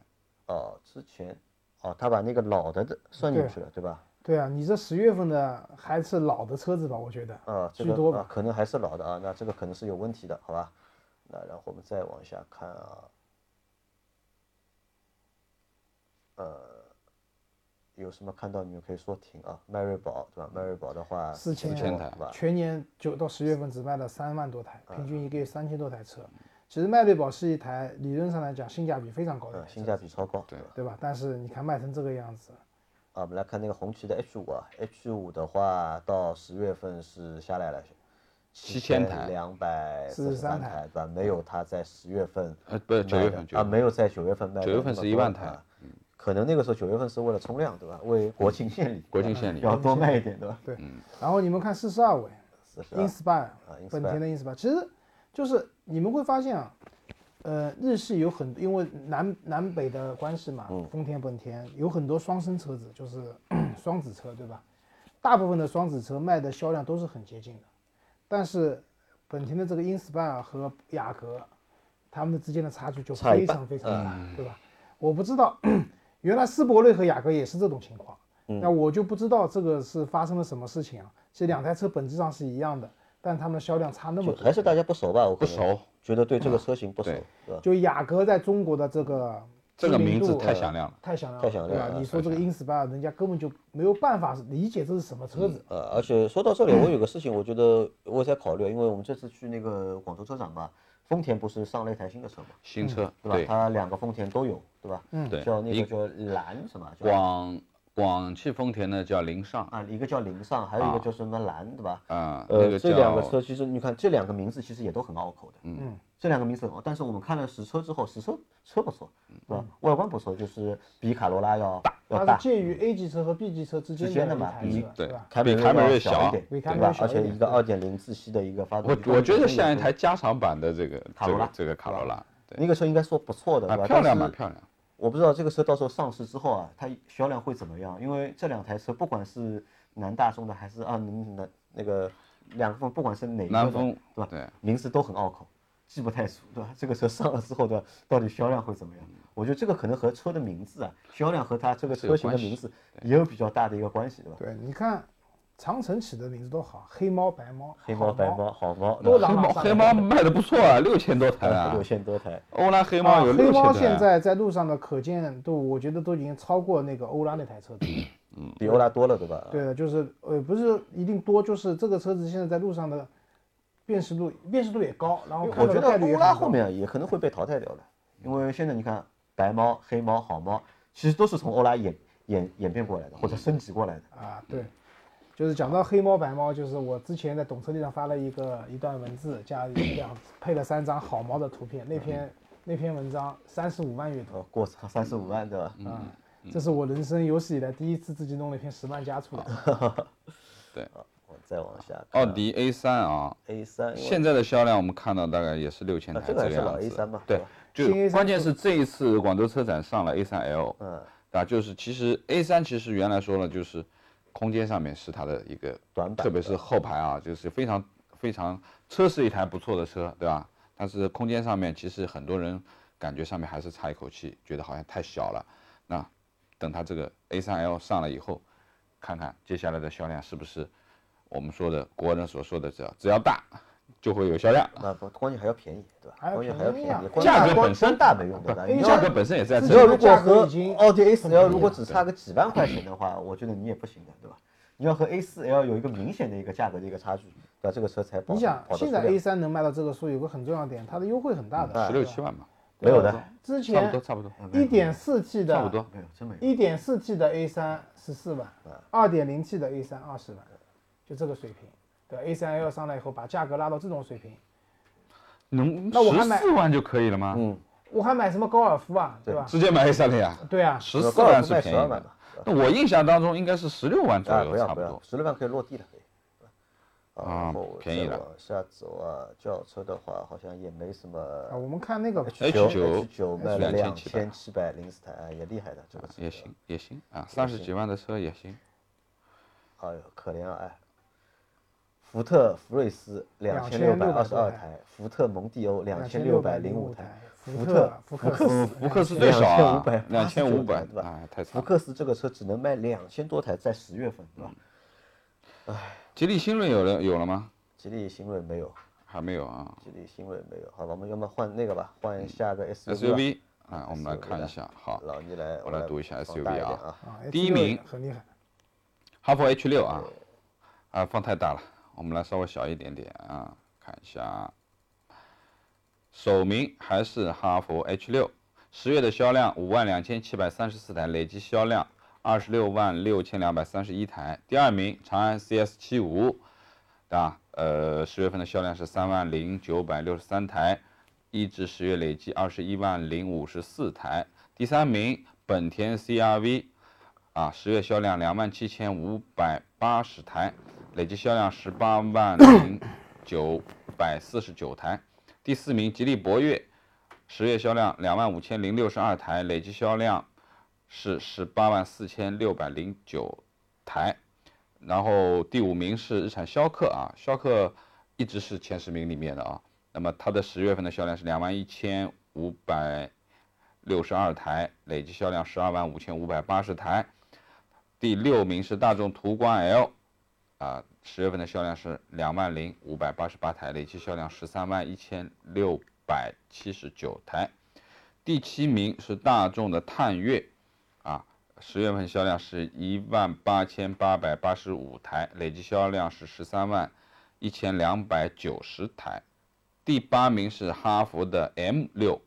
A: 哦，之前，哦，他把那个老的的算进
C: 对
A: 去了，对吧？
C: 对啊，你这十月份的还是老的车子吧？我觉得
A: 啊，这
C: 居
A: 个
C: 多吧
A: 啊，可能还是老的啊，那这个可能是有问题的，好吧？那然后我们再往下看啊，呃，有什么看到你们可以说停啊，迈锐宝对吧？迈锐宝的话
C: 四千
A: 千
D: 4000台
A: 对吧？嗯
C: 全年九到十月份只卖了三万多台，平均一个月三千多台车。其实迈锐宝是一台理论上来讲性价比非常高的
A: 嗯，
C: 车
A: 性价比超高，对吧？
C: 对吧？但是你看卖成这个样子，
A: 啊，我们来看那个红旗的 H 五啊，H 五的话到十月份是下来了
D: 7000台
A: 两百十
C: 43台
A: 台，对吧？没有它在十月份
D: 呃，不是九月份，
A: 卖的
D: 九
A: 啊，
D: 月份
A: 没有在九月份卖的那
D: 九月
A: 么多。
D: 份是一万台
A: 啊，可能那个时候九月份是为了冲量，对吧？为国庆献礼，
D: <laughs> 国庆献礼
A: 要多卖一点，对吧？
C: 对。然后你们看四十二尾
A: 嗯四十二，啊
C: Inspire，
A: Inspire
C: 本田的 Inspire，其实就是你们会发现啊，呃，日系有很因为南南北的关系嘛，
A: 嗯
C: 丰田、本田有很多双生车子，就是 <coughs> 双子车，对吧？大部分的双子车卖的销量都是很接近的，但是本田的这个 Inspire 和雅阁，他们之间的差距就
A: 差一
C: 非
A: 半哎
C: 常非常大，对吧？我不知道， <clears throat> 原来斯铂瑞和雅阁也是这种情况，
A: 嗯
C: 那我就不知道这个是发生了什么事情啊。这两台车本质上是一样的，但它们的销量差那么
A: 就
C: 多。
A: 还是大家不熟吧？我不
D: 不，熟，嗯
A: 觉得对这个车型不熟，对吧？
C: 就雅阁在中国的这个
D: 这个
C: 知名
D: 名字
C: 度呃
D: 太响亮了。
C: 太响亮了，
A: 太响亮
C: 对吧？
A: 了
C: 你说这个 Inspire，人家根本就没有办法理解这是什么车子。
A: 呃，而且说到这里，我有个事情，我觉得我也在考虑，因为我们这次去那个广州车展吧，丰田不是上了一台新的车嘛，
D: 新车
A: 嗯对吧？
D: 对
A: 它两个丰田都有，对吧？嗯
D: 对
A: 叫那
D: 一
A: 个叫蓝什么？叫
D: 广广汽丰田呢叫凌尚，
A: 啊，一个叫凌尚，还有一个叫什么蓝，对吧？
D: 啊，那
A: 呃，
D: 个
A: 这两个
D: 叫
A: 车其实你看，这两个名字其实也都很拗口的。嗯，这两个名字很拗，但是我们看了实车之后，实车车不错，
D: 嗯
A: 对吧？外观不错，就是比卡罗拉要大要
C: 它
A: 大
C: 是，介于 A 级车和 B 级车之
A: 之间
C: 间
A: 的
C: 的一
A: 嘛嗯
C: 台
A: 比
C: 车，
D: 对
C: 吧？
A: 凯
D: 比凯美
A: 瑞
D: 瑞
A: 要小
D: 小
A: 一点，
C: 比凯
A: 对
C: 美
A: 吧
C: 瑞？小
A: 而
C: 一
A: 且
C: 点
A: 一个二点零自吸的一个发动机，
D: 我我觉得像一
A: 台
D: 台加长版的这个
A: 卡
D: 这
A: 罗拉
D: 个这个卡罗拉，对，
A: 那个车应该说不错的，对吧
D: 啊，？漂亮
A: 但
D: 蛮
A: 是
D: 漂亮，
A: 我不知道这个车到时候上市之后啊，它销量会怎么样？因为这两台车，不管是南大众的还是啊南南那个两风，不管是哪一个的
D: 南风
A: 对吧？ <laughs>
D: 对，
A: 名字都很拗口，记不太熟，对吧？这个车上了之后的到底销量会怎么样？我觉得这个可能和车的名字啊，销量和它这个
D: 是有
A: 车型的
D: 关系
A: 名字也有比较大的一个关系，对吧？
C: 对，你看长城起的名字多好，黑猫白猫，
A: 黑猫、
C: 好
A: 白猫、嗯好猫，
C: 都
A: 对吧
C: 朗
D: 黑
C: 朗
D: 猫
C: 上
D: 黑
C: 口
D: 猫卖的不错啊，六千多台啊
A: 六，千多台，
D: 欧拉黑猫有
C: 啊黑
D: 六千多
C: 猫现
D: 台啊，
C: 在在路上的可见度，我觉得都已经超过那个欧拉那台车子。
A: 嗯
D: 嗯
A: 比欧拉多了，对吧？
C: 对的，就是呃，不是一定多，就是这个车子现在在路上的辨识度辨识度也高，然后
A: 我
C: 看到
A: 觉
C: 的
A: 得
C: 概率也
A: 欧
C: 很
A: 拉
C: 高
A: 后面也可能会被淘汰掉的，因为现在你看白猫、黑猫、好猫，其实都是从欧拉演演演变过来的，或者升级过来的。
C: 啊，对，就是讲到黑猫白猫，就是我之前在懂车帝上发了一个一段文字，加两配了三张好猫的图片，那篇那篇文章三十五万阅读
D: 嗯
A: 呃，过三十五万对吧？
C: 啊，这是我人生有史以来第一次自己弄了一瓶十万加醋的。
A: 我再往下
D: 奥
A: 看，
D: 迪 A 三啊，
A: A 三，
D: 现在的销量我们看到大概也是六千
A: 啊这
D: 台这
A: 个还
D: 个
A: 是老
D: 样
A: A
D: 子。
A: 三吧？
D: 对
A: 是吧，
D: 就
C: 新 A3
D: 关键是这一次广州车展上了 A 三 L，
A: 嗯，
D: 对吧？啊就是其实 A 三其实原来说了，就是空间上面是它的一个
A: 短板，
D: 特别是后排啊，就是非常非常车是一台不错的车，对吧？但是空间上面，其实很多人感觉上面还是差一口气，觉得好像太小了。那等它这个 A3L 上了以后，看看接下来的销量是不是我们说的国人所说的只要只要大就会有销量，
A: 那不关键还要便宜，对吧？
C: 还要
A: 关键还要
C: 便宜
A: 便
C: 啊
A: 宜，光
D: 价
A: 大
D: 格
A: 光
D: 本身
A: 光大没用，对吧？
C: 不
A: 你
C: 因为
A: 要
D: 价格本身也在
A: 只
D: 这
A: 要
D: 里。
A: 如果
C: 价格
A: 和
C: 已经
A: 奥迪 A 4 L
C: 很
A: 如果
C: 便宜
A: 只差个几万块钱的话，我觉得你也不行的，对吧？你要和 A 4 L 有一个明显的一个价格的一个差距，对吧？这个车才跑
C: 你
A: 得
C: 想，
A: 跑得
C: 现
A: 出
C: 在
A: 量
C: A 三能卖到这个数，有个很重要的点，它的优惠很大的，
D: 嗯十六七万吧，
A: 没有的，
C: 之
D: 差不多
C: 前
D: 差不多，
C: 一点四 T
D: 差不
C: 的，
D: 多。
A: 没有真没有。
C: 一点四 T 的 A 三十四万，二点零 T 的 A 三二十万，就这个水平。对 A 三 L 上来以后，把价格拉到这种水平，
D: 能
C: 那我还
D: 十
C: 买
D: 四万就可以了吗？
A: 嗯，
C: 我还买什么高尔夫啊，对吧？
D: 直接买 A 3了呀，
C: 对啊，
D: 十四
A: 高尔
D: 万
A: 夫
D: 是
A: 卖
D: 便
A: 十
D: 宜
A: 二万
D: 的。
A: 吧？
D: 那我印象当中应该是十六万左
A: 啊，
D: 右，
A: 不要
D: 差
A: 不
D: 多
A: 要，。十六万可以落地的，可以。对吧
D: 啊
A: 然后
D: 便宜
A: 再
D: 了
A: 往下走啊，轿车的话好像也没什么。
C: 啊，我们看那个吧
A: H
D: 九
A: H 九卖了两
D: 2700
A: 千七百零四台，哎也厉害的这个车。
D: 也行也行啊，三十几万的车也行。
A: 哎呦，可怜啊！哎，福特福锐斯两千六百二十二台，福特蒙迪欧两千六百零五
C: 五
A: 台，，
C: 福特福克斯，
D: <laughs> 福克斯最少啊，两千五
A: 2589
D: 百
A: 对吧
D: 啊，太
A: 福
D: 惨。
A: 克斯这个车只能卖两千多台，在十月份，对
D: 嗯
A: 吧？
D: 吉利新锐有了有了吗？
A: 吉利新锐没有，
D: 还没有啊。
A: 吉利新锐没有。好吧，我们要么换那个吧，换下个 SUV 吧。
D: SUV 啊，我们来看一下，好，
A: 啊老倪来，
D: 我
A: 来
D: 来读一下
A: 放大
D: SUV
A: 点
D: 啊
A: 啊。
C: 啊
D: 第一名
C: 很厉害，
D: 哈弗 H 六啊，啊放太大了，我们来稍微小一点点啊，看一下，首名还是哈弗 H 六，十月的销量五万两千七百三十四台，累计销量二十六万六千两百三十一台。第二名长安 CS 七五，啊，呃，十月份的销量是三万零九百六十三台，一至十月累计二十一万零五十四台。第三名本田 CRV，啊，十月销量两万七千五百八十台，累计销量十八万零九百四十九台。第四名吉利博越，十月销量两万五千零六十二台，累计销量是十八万四千六百零九台。然后第五名是日产逍客啊，逍客一直是前十名里面的啊。那么它的十月份的销量是两万一千五百六十二台，累计销量十二万五千五百八十台。第六名是大众途观 L，啊，十月份的销量是两万零五百八十八台，累计销量十三万一千六百七十九台。第七名是大众的探岳，啊，十月份销量是一万八千八百八十五台，累计销量是十三万一千两百九十台。第八名是哈弗的 M 六，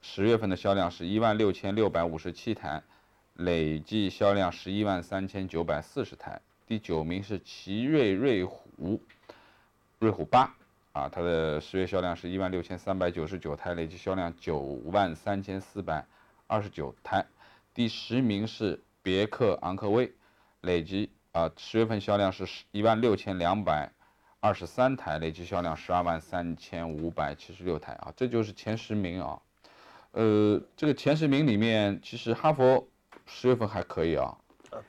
D: 十月份的销量是一万六千六百五十七台，累计销量十一万三千九百四十台。第九名是奇瑞瑞虎，瑞虎八啊，它的十月销量是一万六千三百九十九台，累计销量九万三千四百二十九台。第十名是别克昂科威，累计啊十、月份销量是一万六千两百二十三台，累计销量十二万三千五百七十六台啊，这就是前十名啊。呃，这个前十名里面，其实哈佛十月份还可以啊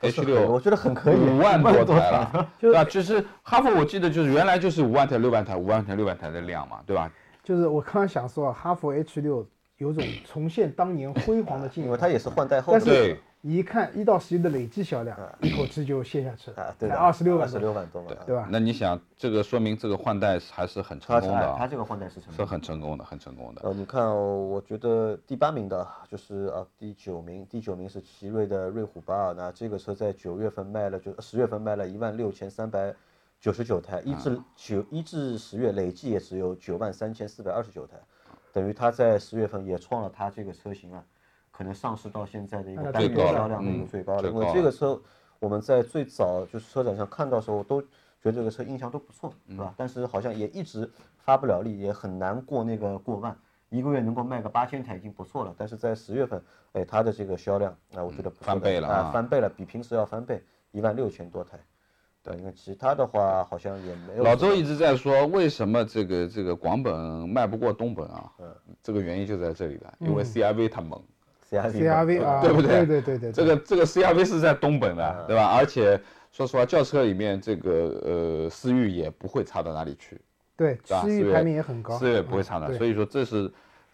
A: 呃
D: ，H
A: 不是很
D: 六
A: 我觉得很可以，
D: 五万
A: 多
D: 多台 <laughs> 了，对吧？就是哈佛，我记得就是原来就是五万台、六万台、五万台、六万台的量嘛，对吧？
C: 就是我刚刚想说啊，哈弗 H 六
D: <coughs>
C: 有种重现当年辉煌的劲
A: 因
D: 啊
C: 头
A: 为，它也是换代后
C: 但
A: 的。
C: 是
D: 对，
C: 一看一到十一的累计销量，
D: 啊
C: 一口气就陷下去
A: 啊
C: 了，，
A: 对
C: 才
A: 的，
C: 二十六万
A: 二十
C: 多，
A: 六万多嘛，啊
C: 对吧？
D: 那你想，这个说明这个换代还是很成
A: 它
D: 功
A: 它
D: 的
A: 哎它
D: 啊，
A: 这个换代是成功
D: 是
A: 的。
D: 很成功的，很成功的。
A: 呃，你看哦、我觉得第八名的就是啊，第九名，第九名是奇瑞的瑞虎八啊，那这个车在九月份卖了，就十月份卖了一万六千三百九十九台，一至九一至十月累计也只有九万三千四百二十九台，等于它在十月份也创了它这个车型啊，可能上市到现在的一
C: 那
A: 个
C: 它
A: 单
C: 最
A: 月
C: 高了
A: 销量的一个
D: 嗯
A: 最高的，
D: 最
A: 因为
D: 高
A: 这
D: 了
A: 个车我们在最早就是车展上看到的时候都。觉得这个
D: 嗯
A: 车印象都不错，对吧？但是好像也一直发不了力，也很难过那个过万。一个月能够卖个八千台已经不错了。但是在十月份，哎，它的这个销量啊，我觉得不错的
D: 翻倍了
A: 啊、
D: 啊
A: 翻倍了，比平时要翻倍，一万六千多台。对，因为其他的话好像也没有。
D: 老周一直在说为什么这个这个广本卖不过东本啊？
A: 嗯
D: 这个原因就在这里了，因为 CRV 它猛，
A: CRV
C: CRV
A: 嘛
C: 啊，
D: 对不对
C: 对对对对，
D: 这个这个 CRV 是在东本
A: 嗯
D: 的，对吧？而且说实话，轿车里面这个呃思域也不会差到哪里去，
C: 对
D: 对吧
C: 思
D: 思
C: 域
D: 域
C: 排名也很高，
D: 思域也不会差
C: 嗯
D: 的，
C: 对
D: 所以说这是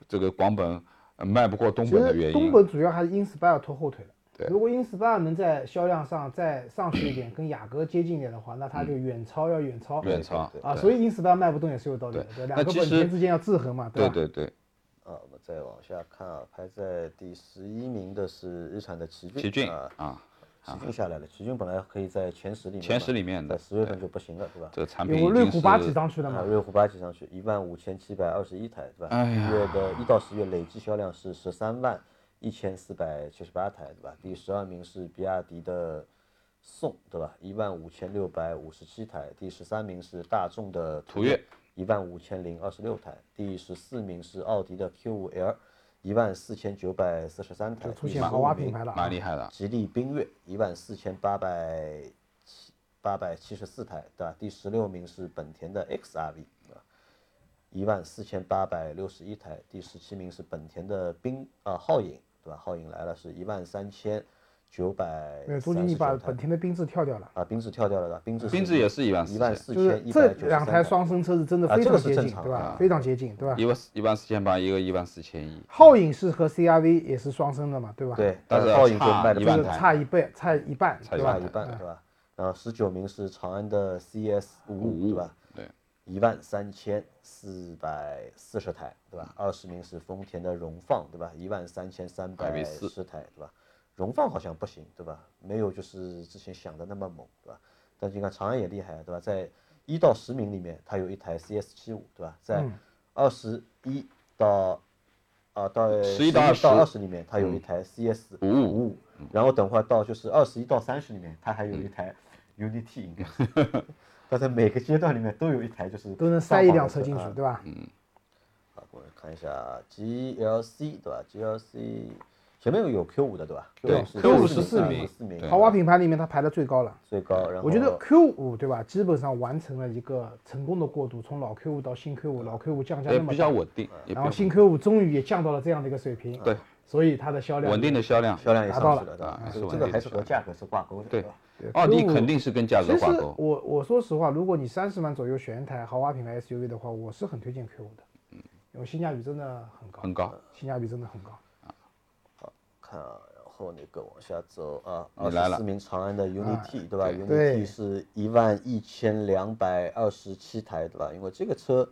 D: 这个广本呃卖不过东
C: 嗯其
D: 本的
C: 实
D: 原
C: 东
D: 因。
C: 本主要还是 Inspire 拖后腿
D: 对
C: 了。如果 Inspire 能在销量上再上去一点，跟雅阁接近一点的话，那它就远超要远超
D: 嗯远超
C: 啊。
D: 对
C: 所以 Inspire 卖不动也是有道理的，
D: 对
C: 对
D: 那
C: 两个
D: 其
C: 本
D: 实
C: 田之间要制衡嘛，
D: 对
C: 吧？
D: 对对，
A: 啊，我们再往下看啊，排在第十一名的是日产的奇骏，
D: 奇骏
A: 啊，
D: 啊，
A: 奇骏下来了，奇骏本来可以在前十里面嘛，
D: 前十里面的
A: 在十月份就不行了，对吧？
D: 这个产品
C: 有
D: 已
C: 瑞
D: 经
C: 虎八挤
D: 是
C: 上去了
A: 啊，
C: 嘛？
A: 瑞虎八挤上去一万五千七百二十一台，对吧？
D: 哎
A: 一
D: 呀
A: 月的一到十月累计销量是十三万一千四百七十八台，对吧？第十二名是比亚迪的宋，对吧？一万五千六百五十七台，第十三名是大众的
D: 途岳，
A: 一万五千零二十六台，第十四名是奥迪的 Q 五 L，一万四千九百四十三台，
C: 就出
A: 第
C: 现豪华
A: 15名
C: 品牌了啊
D: 蛮。厉害的。
A: 吉利缤越一万四千八百七八百七十四台，对吧？第十六名是本田的 XRV，对吧？啊一万四千八百六十一台，第十七名是本田的缤啊皓影，对吧？皓影来了是一万三千九百
C: 没有，中间
A: 三
C: 你
A: 十
C: 把
A: 九台
C: 本田的缤智跳掉了，
A: 啊，缤智跳掉了的，缤智
D: 缤智也是一万
A: 一
D: 四
A: 万
D: 千，
A: 四
C: 就是
A: 千一
C: 这
A: 百九十
C: 两台双生车是真的
A: 啊
C: 非
A: 这
C: 常
A: 个是
C: 接
A: 正
C: 近，
A: 常
C: 对
A: 的
C: 吧
A: 啊？
C: 非常接近，对吧？
D: 一万一万四千八，一个一万四千一，
C: 皓影是和 CRV 也是双生的嘛，对吧？
A: 对，
D: 但是
A: 皓影就
D: 差
A: 卖的
D: 一
C: 就
D: 万
C: 是
D: 台
C: 差一倍，差一嗯半，
D: 差
C: 对
A: 差
C: 吧
D: 万
A: 一
D: 台？
A: 半，对吧？然后十九名是长安的 CS 五五，对吧？
D: 对，
A: 一万三千四百四十台，对吧？二十名是丰田的荣放，对吧？一万三千三百十台，对吧？荣放好像不行，对吧？没有就是之前想的那么猛，对吧？但是你看长安也厉害，对吧？在一到十名里面，它有一台 CS 七五，对吧？在二十一到啊到
D: 11
A: 到
D: 到
A: 到二
D: 20
A: 十里面，它有一台 CS
D: 五
A: 五五，然后等会儿到就是二十一到三十里面，它还有一台 Unity 应该是。 <laughs> 它在每个阶段里面都有一台，就是
C: 都能塞一辆车进去，对吧？
A: 嗯啊，我们看一下 GLC 对吧？GLC 前面有 Q 五的对吧
D: 对
A: Q
C: ，Q5 是四
A: 名，
D: 名
A: 四名
D: 对
C: 豪华品牌里面它排的最高了。
A: 最高。然后
C: 我觉得 Q 五对吧，基本上完成了一个成功的过渡，从老 Q 五到新 Q 五，老 Q 五降价
D: 也
C: 那么
D: 呃比
C: 大
D: 较稳
A: 嗯
D: 定，也比
C: 然后
D: 较
C: 新 Q 五终于也降到了这样的一个水平，
D: 对，
C: 所以它的销量
D: 稳定的销量。
A: 销量嗯也
C: 达
A: 上
C: 到
A: 去
C: 了
A: 了对吧
D: 啊？还
A: 这
D: 是
A: 个
D: 稳
A: 这个
D: 定
A: 还
D: 的
A: 是
D: 销
A: 和价格是挂钩的，
D: 对
A: 吧？
C: 对
D: 奥迪
C: Q5
D: 肯定是跟价格
C: 其实
D: 挂钩，
C: 我我说实话，如果你三十万左右选一台豪华品牌 SUV 的话，我是很推荐 Q 五的，因为性价比真的很高，
D: 嗯很高。
C: 性价比真的很高。
A: 看啊，然后那个往下走啊，
D: 你
A: 二
D: 来
A: 十
D: 了
A: 四名长安的 Unity 对吧
D: 对
A: ？Unity
C: 啊对
A: 是一万一千两百二十七台对吧？因为这个车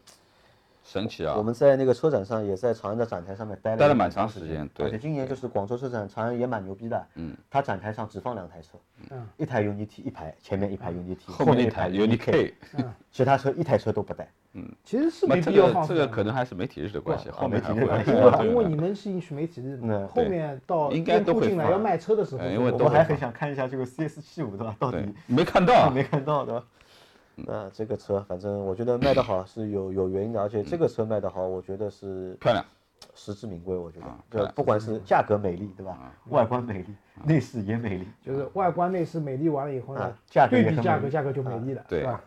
D: 神奇啊
A: 我！们在那个车展上，也在长安的展台上面待了
D: 待了
A: 一
D: 蛮
A: 段
D: 长时间对
A: 而且今年就是广州车展，长安也蛮牛逼的。嗯，它展台上只放两台车，
C: 嗯，
A: 一台 Unity 一排，前面一排 Unity，
D: 嗯后面
A: 一
D: 一台
A: Unity，
D: UNI-K，
A: 其他车一台车都不带。
C: 其实是
D: 那
C: 没
D: 这
C: 必要
D: 个
C: 放
D: 这个可能还是媒体日的关系，
A: 啊
D: 后面
A: 媒
D: 还
A: 体日
D: 会
A: 的关系
D: <laughs>
C: 因
A: 啊
C: 为因为你们是去媒体日
A: 嗯，
C: 后面到
D: 应该
C: 店
D: 都
C: 铺
D: 会
C: 进来
D: 放
C: 要卖车的时候，
D: 嗯因为
A: 我
D: 都
A: 们
D: 会
A: 还
D: 放
A: 很想看一下这个 CS 七五对吧？到
D: 对嗯
A: 底， <laughs>
D: 没看到啊
A: 没看到对吧？那这个车，反正我觉得卖得好是有有原因的，而且这个车卖得好，我觉得是
D: 漂亮，
A: 实至名归。我觉得
D: 啊，
A: 对吧，不管是价格美丽对吧，外观美丽，内饰也美丽，
C: 就是外观内饰美丽完了以后呢
A: 啊，价格
C: 对
A: 也
C: 比
A: 很
C: 价
A: 美
C: 格，
A: 丽
C: 价格就美丽了，
D: 对
C: 是吧？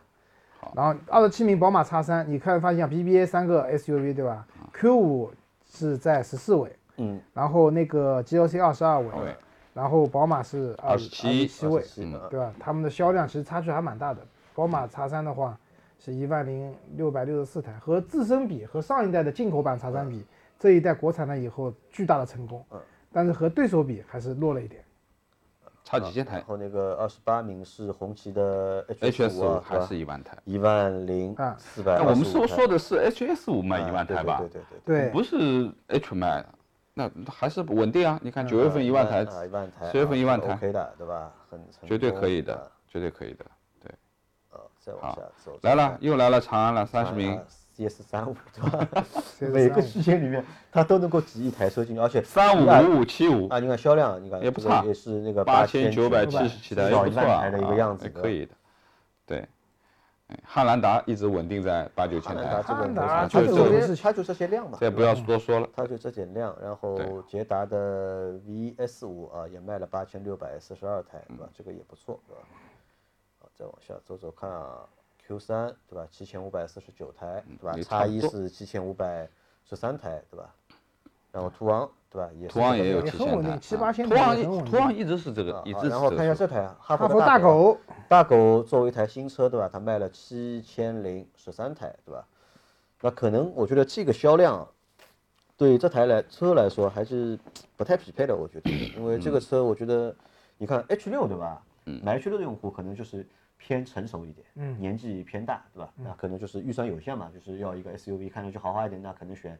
C: 然后二十七名宝马叉三，你看发现 BBA 三个 SUV 对吧？Q 五是在十四位，
A: 嗯，
C: 然后那个 GLC 二十二位，
D: 对
C: 然后宝马是二
D: 27
C: 七位，
D: 嗯
A: 是的。
C: 对吧？他们的销量其实差距还蛮大的。宝马叉三的话是一万零六百六十四台，和自身比，和上一代的进口版叉三比，这一代国产了以后巨大的成功，但是和对手比还是弱了一点。
D: 差几千台
A: 然后那个二十八名是红旗的
D: ，HS
A: 五
D: 五
A: 啊，
D: 还是一万台。
A: 一万零
D: 啊
A: 四百。
D: 那我们说说的是 HS 五卖一万台吧
A: 嗯对，对对对。
C: 对，
D: 不是 H 卖的，那还是稳定啊！你看九月份一万台，
A: 嗯啊，一万台，
D: 十月份一万
A: 啊
D: 台
A: ，OK 的，对吧？很很
D: 绝对可以
A: 多
D: 的，绝对可以的。对，
A: 啊，再往下走，啊
D: 来了，又来了长安了，三十名，
A: ，CS 三五对吧？
C: CS35
A: 每个区间里面，它都能够挤一台车进去，而且
D: 三
A: 一万
D: 五五五七五，
A: 啊，你看销量，你看
D: 也不
A: 这个
D: 差
A: 也是那个
D: 八
A: 千
D: 千九百七十七台，也
A: 少
D: 不
A: 一
D: 错
A: 万
D: 啊
A: 台的一个样子，
D: 也可以的。对，哎汉兰达一直稳定在八九千
A: 汉兰
D: 台
A: 达，这个
C: 汉
A: 没
C: 达
A: 啥它
D: 就是
A: 就
D: 啊这个
A: 这它就这些量嘛，
D: 这不要多说了。
A: 它就这点量，然后
D: 对
A: 捷达的 VS 五啊也卖了八千六百四十二台，对
D: 嗯
A: 吧？这个也不错，对吧？好，再往下走走看啊，Q 三对吧？七千五百四十九台，对吧
D: 嗯也差
A: ？X
D: 不
A: 一
D: 多嗯
A: 是七千五百十三台，对吧？然后途昂对吧？也是
D: 途昂
A: 这
D: 也
A: 个
D: 有
A: 量
D: 七
C: 也很
D: 千
C: 稳定
D: 台，
C: 七八千
D: 途昂
C: 台也很
D: 一
C: 稳定
D: 途昂一直是这个
A: 啊，
D: 一
A: 好
D: 直是
A: 然后
D: 这
A: 看一下
D: 个数。
A: 这台啊哈
C: 哈
A: 佛
C: 佛
A: 的
C: 大
A: 狗啊，
C: 狗
A: 大狗作为一台新车，对吧？它卖了七千零十三台，对吧？那可能我觉得这个销量啊对于这台来车来说还是不太匹配的，我觉得，因为这个车我觉得，你看 H 六对吧？
D: 嗯
A: 买 H 六的用户可能就是偏成熟一点，
C: 嗯
A: 年纪偏大，对吧？那可能就是预算有限嘛，就是要一个 SUV 看上去豪华一点，那可能选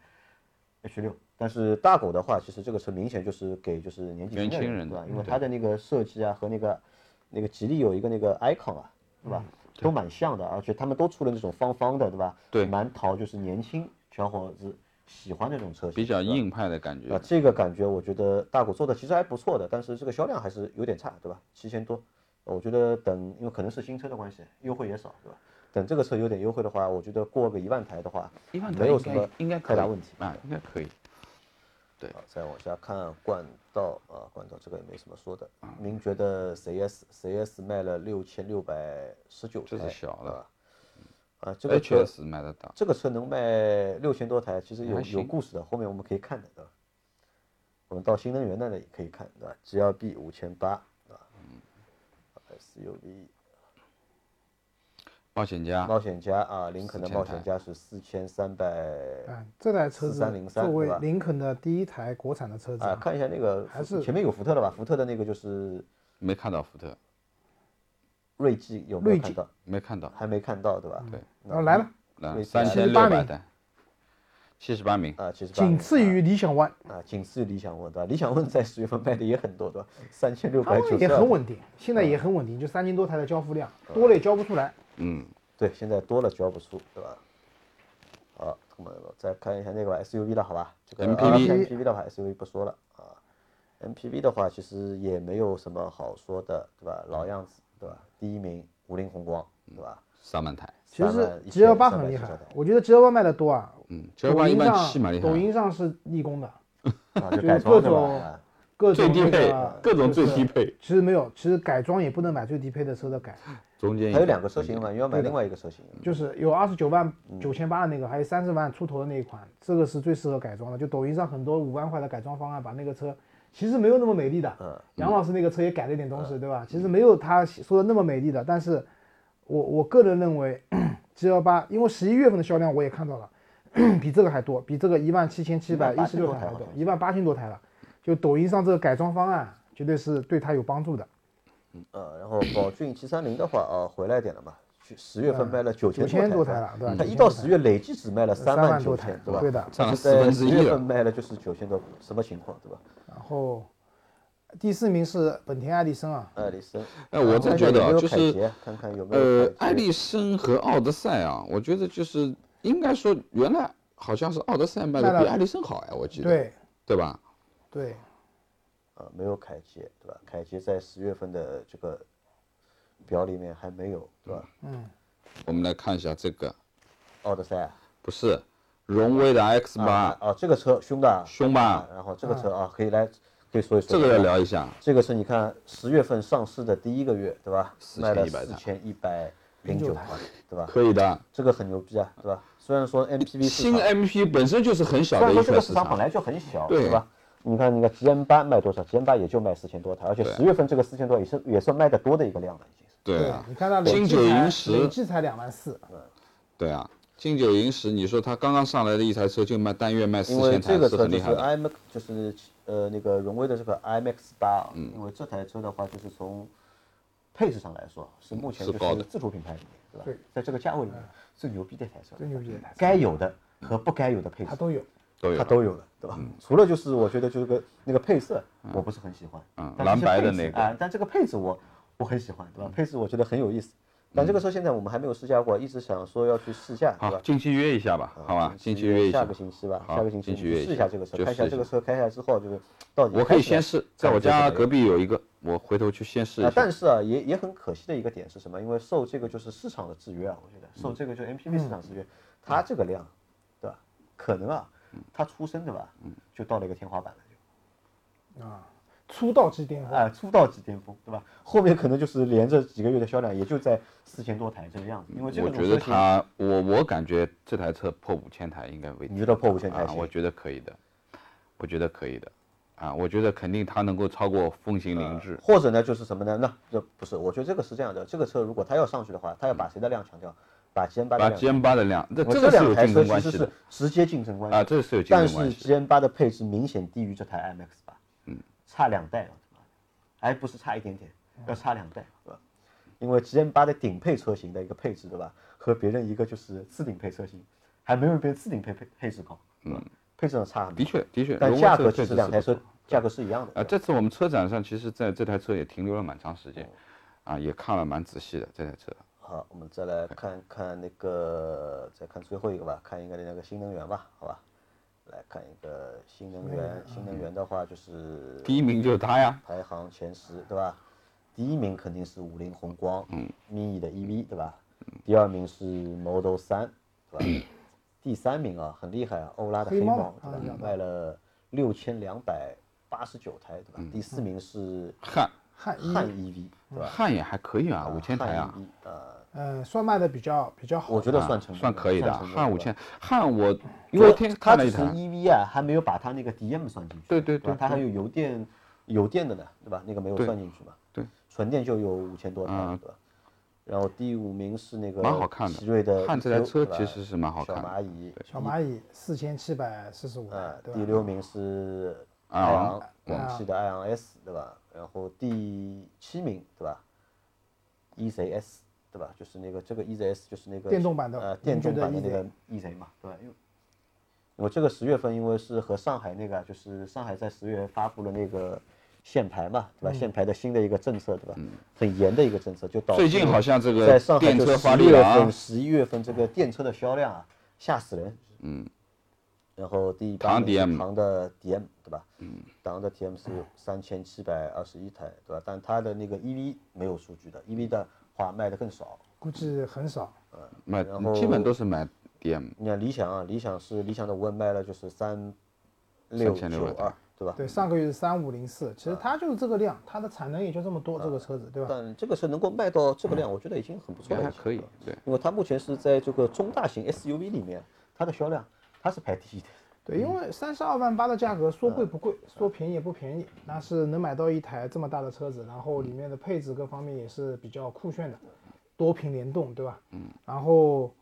A: H 六。但是大狗的话，其实这个车明显就是给就是年纪
D: 年
A: 轻的
D: 轻
A: 人，
D: 人
A: 对吧
D: 的？
A: 因为
D: 嗯
A: 它的那个设计啊和那个那个吉利有一个那个 icon 啊，对
D: 嗯
A: 吧？都蛮像的，而且他们都出了那种方方的，对吧？
D: 对
A: 蛮讨就是年轻小伙子喜欢那种车型，
D: 比较
A: 对吧。
D: 硬派的感
A: 啊
D: 觉，，
A: 这个感觉我觉得大狗做的其实还不错的，但是这个销量还是有点差，对吧？七千多，呃我觉得等，因为可能是新车的关系，优惠也少，对吧？等这个车有点优惠的话，我觉得过个一万台的话，
D: 一万台
A: 没有
D: 应
A: 什么
D: 该应该可
A: 太
D: 以
A: 大问题。
D: 啊，应该可以。
A: 好，再啊往下看冠道啊，冠道这个也没什么说的。
D: 嗯
A: 名爵的 CS CS 卖了六千六百十九台，
D: 这是小的
A: 啊，啊，这个车
D: H S 哎买得到，
A: 这个车能卖六千多台，其实有
D: 还
A: 有
D: 行
A: 故事的，后面我们可以看的，对吧？我们到新能源那里可以看，对吧？G L B 五千八啊，S U V
D: 冒险家
A: 冒险家啊，林肯的
D: 4000
A: 冒险家是四千三百
C: 啊，这台车子
A: 4303
C: 作为
A: 对吧
C: 林肯的第一台国产的车子
A: 啊，
C: 啊，
A: 看一下那个
C: 还
A: 福
C: 是
A: 前面有福特的吧？福特的那个就是
D: 没看到福特，
A: 锐际有没
C: 锐
A: 有
C: 际
A: 看到？
D: 没看到，
A: 还没看到对吧？
D: 对，
C: 然后来了，
D: 那
A: 锐
D: 三
A: 志
D: 千六
C: 78
D: 百
C: 名
D: 单，七十八名，
A: 啊，其实
C: 仅次于理想 ONE，
A: 啊，仅次于理想 ONE 对吧？理想 ONE 在十月份卖的也很多对吧？三千六
C: 它
A: 百九
C: 也
A: 十
C: 很稳定，现在
A: 嗯
C: 也很稳定，就三千多台的交付量，多了也交不出来。
D: 嗯，
A: 对，现在多了交不出，对吧？好，那么再看一下那个吧 SUV 的好吧，这个啊
D: MPV
A: MPV 的话 SUV 不说了啊，MPV 的话其实也没有什么好说的，对吧？老样子，对吧？第一名五菱宏光，对吧？
D: 三万台，
C: 其实 G
A: 31,300
C: L 八很厉害
A: 台，
C: 我觉得 G L 八卖的多啊，
D: 嗯，九幺
C: 抖
D: 八一
C: 音
D: 万七蛮厉
C: 上
D: 害
C: 抖
D: 的，
C: 音上是立功的，
A: 啊，
C: <laughs> 就
A: 就是改装
C: 各
A: 对吧？
C: 种
A: 啊
C: 各种
D: 最低
C: 那
D: 配
C: 个，
D: 各种最
C: 就是
D: 低配，
C: 其实没有，其实改装也不能买最低配的车的改，
D: 中间
A: 还有
D: 个
A: 两个车型嘛，你要买
C: 对的
A: 另外一个车型，
C: 就是有二十九万九千八的那个，还有三十万出头的那一款，这个是最适合改装的。就抖音上很多五万块的改装方案，把那个车其实没有那么美丽的。
A: 嗯
C: 杨老师那个车也改了一点东西，对吧？其实没有他说的那么美丽的，但是我我个人认为，G 幺八，因为十一月份的销量我也看到了，比这个还多，比这个一万七千七百一十六台还多，一万八千多台了。就抖音上这个改装方案，绝对是对他有帮助的。
A: 呃，然后宝骏七三零的话啊，回来点了嘛，去十月份卖了九
C: 嗯九
A: 千
C: 千多
A: 台嗯
C: 台了，对吧？
A: 它
C: 9000
A: 一到
C: 多台
A: 十月累计只卖了
C: 三
A: 万
C: 万多
A: 千
C: 台，，
A: 对吧？
C: 对的。
D: 占了
A: 就是
D: 四
A: 在
D: 分之
A: 十
D: 一
A: 月份
D: 了，
A: 卖了就是九千多，什么情况，对吧？
C: 然后第四名是本田艾力绅啊，
A: 艾力绅，
D: 哎我真
A: 看看
D: 觉得
A: 有
D: 啊
A: 没有
D: 就
A: 凯
D: 是
A: 捷看看有没有
D: 呃，
A: 凯
D: 艾
A: 捷
D: 力绅和奥德赛啊，我觉得就是应该说原来好像是奥德赛卖
C: 卖
D: 的
C: 了
D: 比艾力绅好哎，我记得，
C: 对
D: 对吧？
C: 对，
A: 啊，没有凯捷，对吧？凯捷在十月份的这个表里面还没有，对吧？
C: 嗯，
D: 我们来看一下这个，
A: 奥德赛啊
D: 不是荣威的 X
A: 啊
D: 八，
A: 啊，这个车凶的啊，
D: 凶吧
A: 啊？然后这个车啊，可以来可以说一说，
D: 这个要聊一下，
A: 这个是你看十月份上市的第一个月，对吧？
D: 4100
A: 卖了
D: 台
A: 四千一百零九台，对吧？
D: 可以的。
A: 这个很牛逼啊，对吧？虽然说 MPV 市
D: 新
A: 场，
D: MP 本身就是很小
A: 虽然说
D: 的一
A: 这个
D: 个
A: 市
D: 市
A: 场本
D: 场，
A: 来就很小，
D: 对
A: 对吧？你看那个 GM 八卖多少？GM 八也就卖四千多台，而且
D: 对
A: 十月份这个四千多也是也算卖的多的一个量了，已经是。
D: 对啊，
C: 你看它累
D: 金
C: 计
D: 九银
C: 才累
D: 十，
C: 计才两万四，
D: 对啊，金九银十，你说它刚刚上来的一台车就卖单月卖四
A: 因为
D: 千
A: 这
D: 台，
A: 个
D: 是
A: 车
D: 很
A: 就
D: 厉
A: 是啊
D: 害的。
A: IMAX，就是呃那个荣威的这个 IMAX 八，啊
D: 嗯
A: 因为这台车的话，就是从配置上来说，是目前
D: 是
A: 就
D: 高
A: 是
D: 的
A: 自主品牌里面，对吧？
C: 对
A: 在这个价位里面最牛逼的一台车，
C: 最牛逼的台车
A: 该有的和不该有的配置
C: 它，都有。
D: 都有嗯
A: 它都有了，对吧？除了就是我觉得就是个那个配色，我不是很喜欢，
D: 嗯
A: 但
D: 蓝
A: 这些
D: 白
A: 配
D: 的
A: 置
D: 那个嗯
A: 啊，但这个配置我我很喜欢，对吧？配置我觉得很有意思，但这个车现在我们还没有试驾过，一直想说要去试驾，对
D: 好，
A: 吧？
D: 近期约一下吧，好吧，近期约一
A: 下
D: 下
A: 个。星期吧，
D: 好
A: 下个星期
D: 进去约一
A: 试一
D: 下
A: 下这个车，
D: 就
A: 看一下
D: 试一
A: 这个
D: 下
A: 车开下来之后就是到底
D: 我可
A: 开
D: 以
A: 起来
D: 先试，
A: 感
D: 在
A: 觉
D: 我
A: 怎
D: 家
A: 么
D: 隔
A: 样
D: 壁有一个，我回头去先试一
A: 啊
D: 下。，
A: 但是啊，也也很可惜的一个点是什么？因为受这个就是市场的制约啊，我觉
D: 嗯
A: 得受这个就是 MPV 市场制约，它这个量，对吧？可能啊，它出生对吧？
D: 嗯
A: 就到了一个天花板了，
C: 出道即巅峰。
A: 啊，出道即巅峰，对吧？后面可能就是连着几个月的销量，也就在四千多台这个样子。因为这
D: 嗯我
A: 个种
D: 觉
A: 车
D: 得
A: 型，
D: 它，我我感觉这台车破五千台应该为
A: 你觉得破5000台
D: 啊？
A: 行
D: 我觉得可以的，我觉得可以的，啊，我觉得肯定它能够超过风行凌志。
A: 或者呢就是什么呢？那这不是，我觉得这个是这样的，这个车如果它要上去的话，它要把谁的量强调？把 G N 呃八的
D: 把
A: 量
D: G M 八的量，这
A: 我
D: 这个是
A: 两
D: 有
A: 台
D: 竞
A: 车
D: 争
A: 其
D: 关
A: 实
D: 系的
A: 是直接竞争关系
D: 啊，这是有竞
A: 但
D: 争关
A: 是
D: 系的。
A: G N 八的配置明显低于这台 IMAX 八，嗯，差两代啊，还不是差一点点，
D: 嗯
A: 要差两代，对吧？因为 G N 八的顶配车型的一个配置，对吧？和别人一个就是次顶配车型，还没有别人次顶配配配置高，嗯，配置上差很
D: 的
A: 多，
D: 确，的确，
A: 但
D: 荣威
A: 价
D: 这
A: 格
D: 个
A: 其
D: 确
A: 实
D: 实
A: 两台
D: 是不
A: 车价格是一样的
D: 啊，这次我们车展上，其实在这台车也停留了蛮长时
A: 嗯
D: 间，啊，也看了蛮仔细的这台车。
A: 好，我们再来
D: 哎
A: 看看那个，再看最后一个吧，看一个那个新能源吧，好吧？来看一个新能源，
D: 嗯
A: 新能源的话就是
D: 第一名就是它呀，
A: 排行前十，对吧？第一名肯定是五菱宏光，嗯，mini 的 EV，对吧？第二名是 Model 三，对
D: 嗯
A: 吧？第三名啊，很厉害啊，欧拉的
C: 黑
A: 黑
C: 猫
A: 猫，
C: 啊
A: 对吧
C: 嗯？
A: 卖了六千两百八十九台，对吧？
D: 嗯
A: 第四名是
D: 汉
C: 汉一，
A: 汉 EV，对吧？
D: 汉也还可以啊，五千台啊，
A: 汉 EV，呃，
C: 嗯，算卖的比较比较好。
A: 我觉得
D: 啊
A: 算成功
D: 算
A: 的
D: 可以的。
A: 成功
D: 汉
A: 对
D: 五
A: 吧
D: 千，汉我
A: 因为
D: 昨天
A: 它
D: 看了
A: 只
D: 一
A: 是
D: 台，
A: EV 啊，还没有把它那个 DM 算进去。
D: 对对
A: 吧
D: 对
A: 它还有油电油电的呢，对吧？那个没有
D: 对
A: 算进去嘛。
D: 对，
A: 纯电就有五千多台了，
D: 嗯
A: 对吧？然后第五名是那个
D: 蛮好看的
A: 奇瑞的
D: 汉这台
A: EQ
D: 车
A: 对吧
D: 其实是蛮好
A: 小
D: 看的
A: 蚂蚁，
C: 小蚂蚁四千七百四十五台
A: 呃，，
C: 对
A: 第
C: 吧？
A: 六名是
D: 艾
A: 艾
D: 昂
A: 昂，广汽的艾昂
C: 嗯
A: S，对吧？然后第七名，对吧？EZS，对吧？就是那个这个 EZS 就是那个
C: 电动版的
A: 呃
C: 英
A: 电
C: 爵
A: 动版
C: 的
A: 的那个 EZ 嘛，对吧？因为我这个十月份因为是和上海那个啊，就是上海在十月发布了那个限牌嘛，对吧？
C: 嗯
A: 限牌的新的一个政策，对吧？很严的一个政策，就导致
D: 嗯最近好像这
A: 嗯在
D: 个
A: 上海
D: 电
A: 就
D: 车发
A: 十
D: 力
A: 月
D: 了啊
A: 份、，十一月份这个电车的销量啊，吓死人。嗯。然后第八
D: 唐
A: 名是
D: DM
A: 唐的 DM 对吧？嗯。唐的 DM 是三千七百二十一台对吧？但它的那个 EV 没有数据的，EV 的话卖的更少。
C: 估计很少。
A: 啊
D: 买
A: 然后
D: 基本都是买 DM，
A: 你看理想啊，理想是理想的无人卖了就是三六九
D: 3600
A: 二
D: 台
A: 对吧？
C: 对，上个月是三五零四，
A: 啊
C: 其实它就是这个量，它的产能也就这么多，这个车子，对吧？
A: 但这个车能够卖到这个量，我觉得已经很不错
D: 也
A: 了。
D: 还
A: 已经
D: 可以。对，
A: 因为它目前是在这个中大型 SUV 里面，它的销量它是排第一的。
C: 对，因
A: 嗯
C: 为三十二万八的价格，说贵不贵，说便宜也不便宜，那是能买到一台这么大的车子，然后里面的配置各方面也是比较酷炫的，多屏联动，对吧？嗯。然后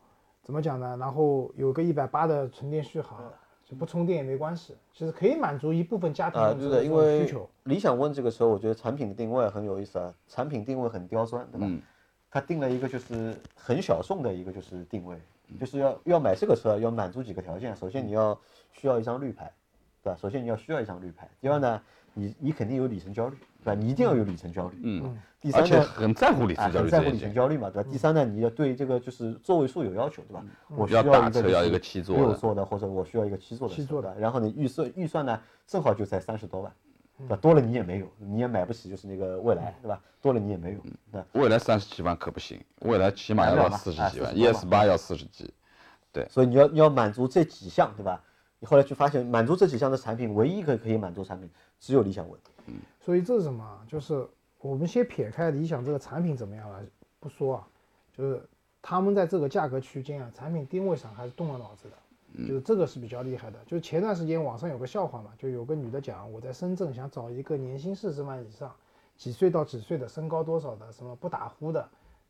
C: 怎么讲呢？然后有个一百八的纯电续
A: 嗯
C: 航，就不充电也没关系，其实可以满足一部分家庭
A: 啊，对
C: 用车
A: 的，
C: 的这
A: 因
C: 种
A: 为
C: 需求。
A: 理想 ONE 这个车，我觉得产品的定位很有意思啊，产品定位很刁钻，对吧？
D: 嗯
A: 它定了一个就是很小众的一个就是定位，
D: 嗯
A: 就是要要买这个车要满足几个条件，首先你要需要一张绿牌，对吧？首先你要需要一张绿牌，第二呢，你你肯定有里程焦虑，对吧？你一定要有里程焦虑，嗯。第
D: 而
A: 三
D: 且
A: 呢，
D: 很在乎里
A: 啊，
D: 程焦
A: 很
D: 虑
A: 在乎
D: 这件
A: 里
D: 事
A: 程。焦虑嘛，对吧？
C: 嗯
A: 第三呢，你要对这个就是座位数有要求，对吧？我需
D: 嗯要大
A: 一个
D: 车
A: 就
D: 要一
A: 是
D: 个七座
A: 六
D: 的
A: 座的，或者我需要一个七座的车，
C: 七座
A: 对吧然后你预算预算呢，正好就在三十多万，
C: 嗯
A: 对吧？多了你也没有，你也买不起，就是那个蔚来，对吧？多了你也没有，对吧
D: 未来三十几万可不行，未来起码要
A: 还没有
D: 到
A: 吧
D: 四十
A: 啊
D: 几万
A: 40多吧
D: ，ES 八要四十几。
A: 所以你要你要满足这几项，对吧？你后来就发现，满足这几项的产品，唯一一个可以满足产品只有理想 ONE。
C: 所以这是什么啊？就是我们先撇开理想这个产品怎么样了不说啊，就是他们在这个价格区间啊，产品定位上还是动了脑子的，就是这个是比较厉害的。就是前段时间网上有个笑话嘛，就有个女的讲，我在深圳想找一个年薪四十万以上，几岁到几岁的，身高多少的，什么不打呼的。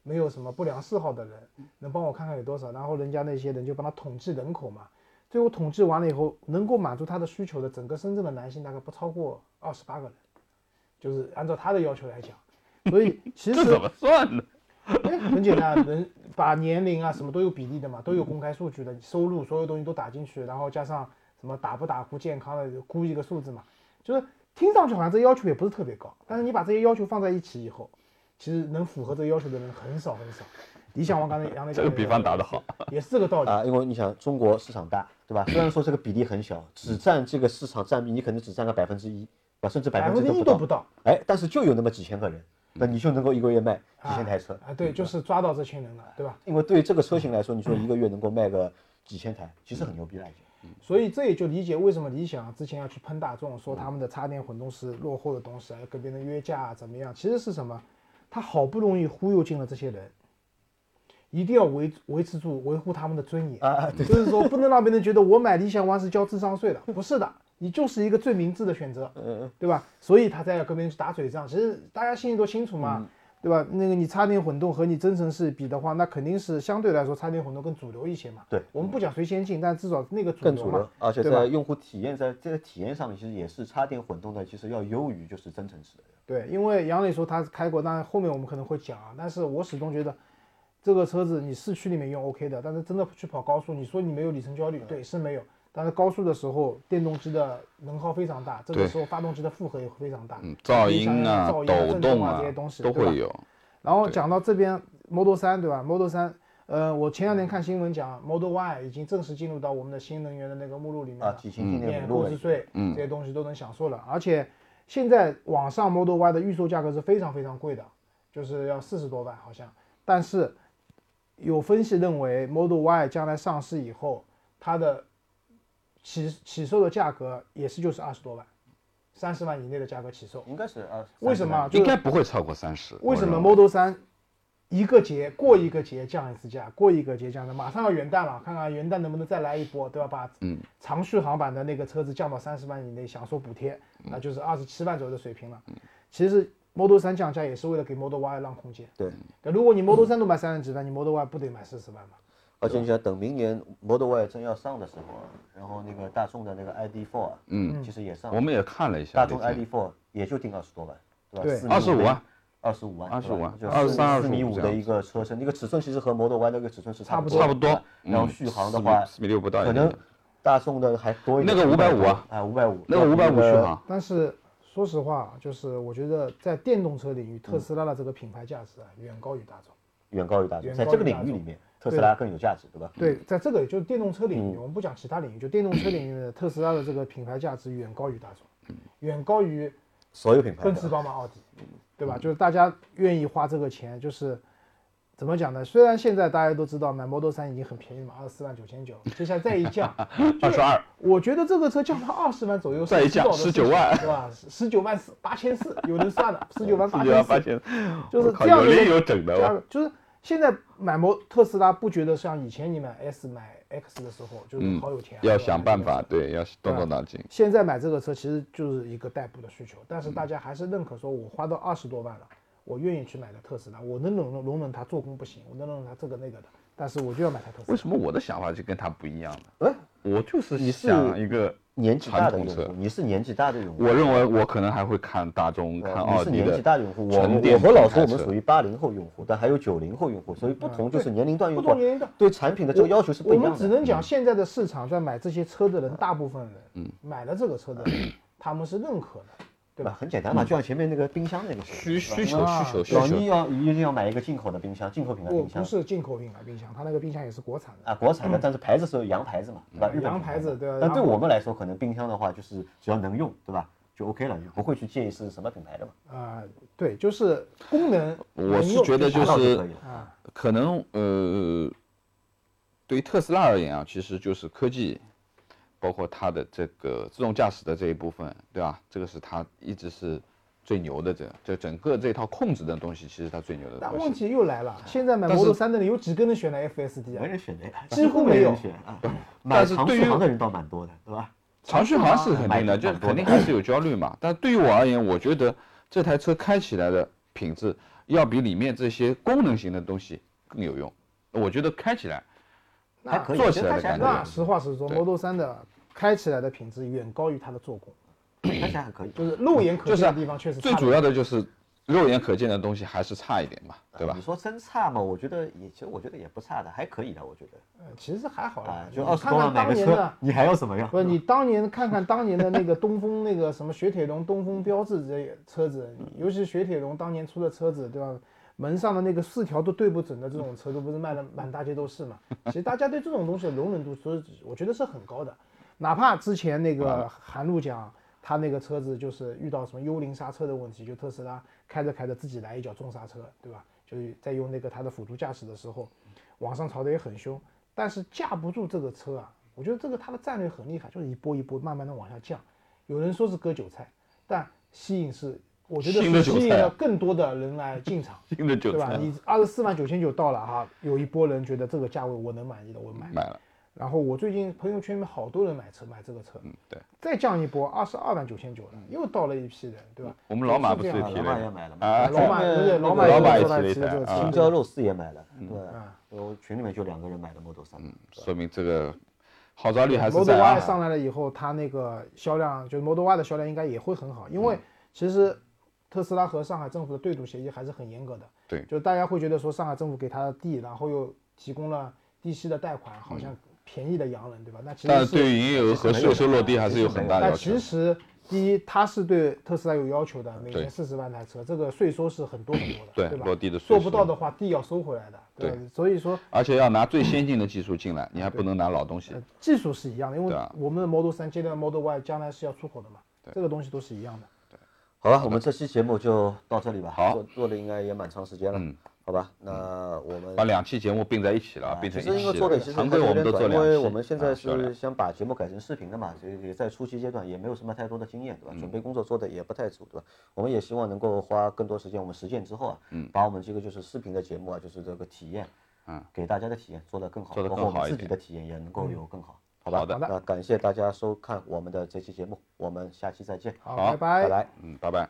C: 没有什么不良嗜好的人，能帮我看看有多少？然后人家那些人就帮他统计人口嘛，最后统计完了以后，能够满足他的需求的整个深圳的男性大概不超过二十八个人。就是按照他的要求来讲。所以其实
D: 这怎么算呢？
C: 哎 <laughs> 很简单，人把年龄啊什么都有比例的嘛，都有公开数据的，收入所有东西都打进去，然后加上什么打不打呼、健康的，估一个数字嘛。就是听上去好像这要求也不是特别高，但是你把这些要求放在一起以后，其实能符合这个要求的人很少很少。理想王刚才杨磊
D: 这个比方打得好，
C: 也是这个道
D: <laughs>
C: 理。
A: 啊，因为你想中
C: 嗯
A: 国市场大，对吧？虽然说这个比例很小，只占这个市场占比，你可能只占个百分之一、吧？甚至百
C: 百
A: 分
C: 分
A: 之
C: 之
A: 一
C: 一
A: 都不
C: 都不
A: 到。
C: 到
A: 哎，但是就有那么几千个人，那你就能够一个月卖几千台车，
C: 啊！
D: 嗯
C: 对，就是抓到这群人了，对吧？
A: 因为对于这个车型来说，你说一个月能够卖个几千台，其实很牛逼了已经。
C: 嗯所以这也就理解为什么理想之前要去喷大众，说他们的插电混动是落后的东西啊，要跟别人约架啊，怎么样？其实是什么？他好不容易忽悠进了这些人，一定要维维持住、维护他们的尊严啊！就是说，不能让别人觉得我买理想 ONE 是交智商税的，不是的，你就是一个最明智的选择，
A: 嗯
C: 对吧？所以他才要跟别人去打嘴仗。其实大家心里都清楚嘛，
A: 嗯
C: 对吧？那个你插电混动和你增程式比的话，那肯定是相对来说插电混动更主流一些嘛。
A: 对，
C: 我们不讲谁先进，但至少那个主
A: 更
C: 流
A: 主
C: 嘛
A: 流，，啊而且
C: 对吧
A: 在用户体验在这个体验上，其实也是插电混动的，其实要优于就是增程式的。
C: 对，因为杨磊说他开过，当然后面我们可能会讲啊。但是我始终觉得，这个车子你市区里面用 OK 的，但是真的去跑高速，你说你没有里程焦虑，对，是没有。但是高速的时候，电动机的能耗非常大，这个
D: 对
C: 时候发动机的负荷也非常大，
D: 嗯，噪
C: 你
D: 音
C: 想想
D: 啊、
C: 噪音啊
D: 抖
C: 震
D: 动
C: 动啊
D: 啊
C: 这些东西
D: 都
C: 对吧
D: 会有。
C: 然后
D: 对
C: 讲到这边 Model 3对吧？Model 3，呃，我前两天看新闻讲 Model Y 已经正式进入到我们的新能源的那个目录里面
A: 啊，
C: 了，
A: 体型今年
C: 免
A: 五
C: 购
A: 六
C: 置
A: 了，
C: 税，
D: 嗯
C: 这些东西都能享受了。而且现在网上 Model Y 的预售价格是非常非常贵的，就是要四十多万好像。但是有分析认为，Model Y 将来上市以后，它的起起售的价格也是就是二十多万，三十万以内的价格起售。
A: 应该是啊。
C: 为什么啊？就
D: 应
C: 是
D: 该不会超过三十。
C: 为
D: 我
C: 什么
D: 认
C: Model 3一个节过一个节降一次价，过一个节降的，马上要元旦了，看看元旦能不能再来一波，对吧？把
D: 嗯
C: 长续航版的那个车子降到三十万以内，享受补贴，那就是二十七万左右的水平了。
D: 嗯
C: 其实 Model 3降价也是为了给 Model Y 让空间。
A: 对，
C: 对，如果你 Model 3都卖三十几万，你 Model Y 不得卖四十万吗？
A: 而且你想等明年 Model Y 真要上的时候啊，然后那个大众的那个 ID.4 啊，嗯，其实也上了，
D: 我们也看了一下
A: 大
D: 那天，
A: 众 ID.4 也就定二十多万，
C: 对
A: 对吧？
D: 25万，
A: 二十五万，
D: 25万23
A: 23四米
D: 25
A: 五
D: 这
A: 的
D: 样
A: 一个车身，那个尺寸其实和 Model Y 那个尺寸是
C: 差不
A: 不
C: 多
D: 差不
A: 多
D: 多
A: 的，。然后
D: 嗯
A: 续航的
D: 4米
A: 话，
D: 四米六不到
A: 可
D: 一
A: 能
D: 点。
A: 大众的还多一点，
D: 那个550
A: 550
D: 啊
A: 啊，五百五，
D: 那个五百五续航，
C: 但是说实话，就是我觉得在电动车领域，特斯拉的这个品牌价值啊，远高于大众。
A: 远高于大众，
C: 远
A: 在
C: 高
A: 这个
C: 于
A: 领
C: 大
A: 域
C: 众
A: 里面，特斯拉更有价值，对吧？
C: 对，在这个就是电动车
D: 嗯
C: 领域，我们不讲其他领域，就电动车领域的特斯拉的这个品牌价值远高于大
D: 嗯
C: 众，远高于
A: 所有品牌
C: 奔驰、
A: 的，
C: 宝马、奥迪，对吧？就是大家愿意花这个钱，就是怎么讲呢？虽然现在大家都知道买 Model 3已经很便宜了嘛，二十四万九千九，接下来再一
D: <laughs>
C: 降，
D: 二十二，
C: 我觉得这个车降到二十万左右是
D: 再一
C: 迟早
D: 降
C: 的事情
D: 19万
C: 对吧？十九万四八千四，有人算了，十九万
D: 四
C: 八
D: 九万
C: 千
D: 八
C: 四，
D: 千，
C: 就是
D: 我靠
C: 这样
D: 有
C: 的一
D: 理
C: 个
D: 有整的
C: 第
D: 哦
C: 二。个就是现在买摩特斯拉不觉得像以前你买 S 买 X 的时候就是好有钱啊、
D: 嗯要
C: 对吧
D: 想办法，。对，要动
C: 对
D: 动脑筋。
C: 现在买这个车其实就是一个代步的需求，但是大家还是认可说，我花到二十多万了，我愿意去买个特斯拉，我能容容忍它做工不行，我能容忍它这个那个的，但是我就要买台特斯
D: 为
C: 拉。
D: 什么我的想法就跟他不一样呢？
A: 哎，
D: 我就是
A: 你是
D: 想一个
A: 年纪大
D: 传
A: 的
D: 统
A: 用户
D: 车，，
A: 你是年纪大的用户，
D: 我认为我可能还会看大众、看
A: 呃你
D: 奥
A: 是
D: 迪
A: 年
D: 的
A: 纪大的用户，我
D: 纯
A: 我
D: 电
A: 和老
D: 动
A: 师我
D: 车
A: 们属于八零后用户，但还有九零后用户，所以不同就是年龄段
C: 不
A: 用
C: 同
A: 户
C: 年龄段，
A: 对产品的这个要求是不
C: 我
A: 一
C: 们
A: 样
C: 只
A: 的。
C: 能讲现在的市场在买这些车的人，大部分人，
D: 嗯
C: 买了这个车的
D: <clears throat>
C: 人，他们是认可的，对
A: 对
C: 吧
A: 吧？？很简
C: 嗯
A: 单嘛，就像前面那个冰箱那个
D: 需需
A: 求。
D: 求需求需
A: 老
D: 求
A: 倪。要一定要买一个进口的冰箱，进口品牌
C: 不
A: 冰
C: 不
A: 箱
C: 是进口品牌冰箱，它那个冰箱也是国产的。
A: 啊，国产的，但是牌子是洋牌子嘛，对吧？日本
C: 嗯洋
A: 品
C: 牌子对吧
A: 但对
C: 然后
A: 我们来说，可能冰箱的话就是只要能用，对吧？就 OK 了，就不会去介意是什么品牌的嘛。
C: 啊、对，就是功能能用，
D: 我是嗯觉得就
A: 达到
D: 是
A: 可以了。
C: 啊，
D: 可能呃，对于特斯拉而言啊，其实就是科技，包括它的这个自动驾驶的这一部分，对吧？这个是它一直是最牛的这这整个这套控制的东西，其实它最牛的
C: 但
D: 东
C: 问
D: 西。
C: 题又来了，现在买
D: 但是
C: Model 3的人有几个能选到 FSD
A: 没
C: 啊？
A: 人选的呀，
C: 几乎没有
A: 人选啊。买
D: 但是
A: 长
D: 对
A: 续
D: 于
A: 航的人倒蛮多的，对吧？
D: 长续航是肯定的，
A: 买
D: 就
A: 买多
D: 肯定
A: 的
D: 还
C: <laughs>
D: 是有焦虑嘛。但对于我而言，我觉得这台车开起来的品质要比里面这些功能型的东西更有用。我觉得开起来，
A: 还可以，
D: 坐
A: 其
D: 起
A: 实
D: 来
A: 看起来还
D: 的感
C: 那
D: 觉
A: 可
C: 实话实说
D: 对
C: ，Model 3的开起来的品质远高于它的做工，
A: 以，看起来还可以，
C: 就是肉眼可
D: 就是
C: 见
D: 啊
C: 的地方确实
D: 最
C: 差
D: 主
C: 了
D: 要的就是肉眼可见的东西还是差一点嘛，对吧
A: 啊
C: 嗯
A: 你？说真差嘛？我觉得也，其实我觉得也不差的，还可以的，我觉得。
C: 呃其实还好啦
A: 啊，，就
C: 你
A: 二十
C: 看
A: 多万
C: 看
A: 买
C: 当
A: 个
C: 年
A: 车
C: 的，，
A: 你还要怎么样？
C: 不是你当年看看当年的那个东风那个什么雪铁龙、东风标致这些车子，尤其是雪铁龙当年出的车子，对吧？门上的那个四条都对不准的这种车，都不是卖的 <laughs> 满大街都是嘛？其实大家对这种东西的容忍度，所以我觉得是很高的。哪怕之前那个韩露讲，它那个车子就是遇到什么幽灵刹车的问题，就特斯拉开着开着自己来一脚重刹车，对吧？就是在用那个它的辅助驾驶的时候，往上朝的也很凶，但是架不住这个车啊，我觉得这个它的战略很厉害，就是一波一波慢慢的往下降。有人说是割韭菜，但吸引是我觉得
D: 新的
C: 是
D: 韭菜
C: 吸引了更多的人来进场。
D: 新的韭
C: 对吧？
D: 菜啊
C: 你二十四万九千九到了啊，有一波人觉得这个价位我能满意的，我买。
D: 买了，
C: 然后我最近朋友圈里面好多人买车，买这个车，
D: 嗯，对，
C: 再降一波二十二万九千九了，又到了一批人，对吧？
D: 我们老马不是也
C: 就
A: 啊
C: 提
D: 提
A: 老
D: 了
A: 马
D: 一
A: 也
D: 个
A: 买了嘛，
D: 啊？
C: 老马
A: 那
C: 对
A: 个
C: 老
A: 那
C: 马
A: 个
D: 老马也提
C: 在
D: 了一
C: 提了这个
D: 台啊
C: 车
A: 青椒肉丝也买了，对
C: 啊，
A: 嗯我群里面就两个人买的 Model 三，
D: 说明这个号召力还是
C: Model
D: 在
C: Y
D: 啊。
C: 上来了以后，它那个销量就是 Model Y 的销量应该也会很好，因
D: 嗯
C: 为其实特斯拉和上海政府的对赌协议还是很严格的。
D: 对
C: 就大家会觉得说上海政府给他的地，然后又提供了低息的贷款，好像便宜的洋人，对吧？那其
D: 嗯但
C: 实
D: 是对于营业额和税收落地还是有很大的
C: 但
D: 要求
C: 其。实第一，它是对特斯拉有要求的，每
D: 对
C: 年四十万台车，这个税收是很多很多的，
D: <clears throat> 对
C: 对吧
D: 落？地的税
C: 做
D: 收
C: 不到的话，地要收回来的，对吧？所以说
D: 而且要拿最先进的技术进来，你还不能拿老东西
C: 呃。技术是一样的，因为
D: 对啊
C: 我们的 Model 3接到 Model Y 将来是要出口的嘛，这个东西都是一样的。
A: 好吧，我们这期节目就到这里吧。
D: 好嗯
A: 做做的应该也蛮长时间了，好吧？那我们
D: 把两期节目并在一起了，
A: 啊
D: 啊，并成
A: 其实
D: 一
A: 因为
D: 期
A: 做的
D: 了。
A: 其实
D: 常
A: 还
D: 规
A: 是
D: 我
A: 有
D: 们
A: 点短，
D: 都做
A: 因
D: 两期。
A: 为我们现在
D: 啊销量
A: 是想把节目改成视频的嘛，所以也在初期阶段也没有什么太多的经验，
D: 嗯
A: 对吧？准备工作做的也不太足，对吧？我们也希望能够花更多时间，我们实践之后啊，把我们这个就是视频的节目啊，就是这个体验，
D: 嗯，
A: 给大家的体验做得更好，
D: 做得
A: 包
D: 更
A: 括我们
D: 好一
A: 自己
D: 点嗯
A: 的体验也能够有更好，好
D: 好
A: 吧？
D: 的
A: 那感谢大家收看我们的这期节目，我们下期再见，
C: 好，
D: 好
C: 拜
A: 拜拜。
D: 嗯，拜拜。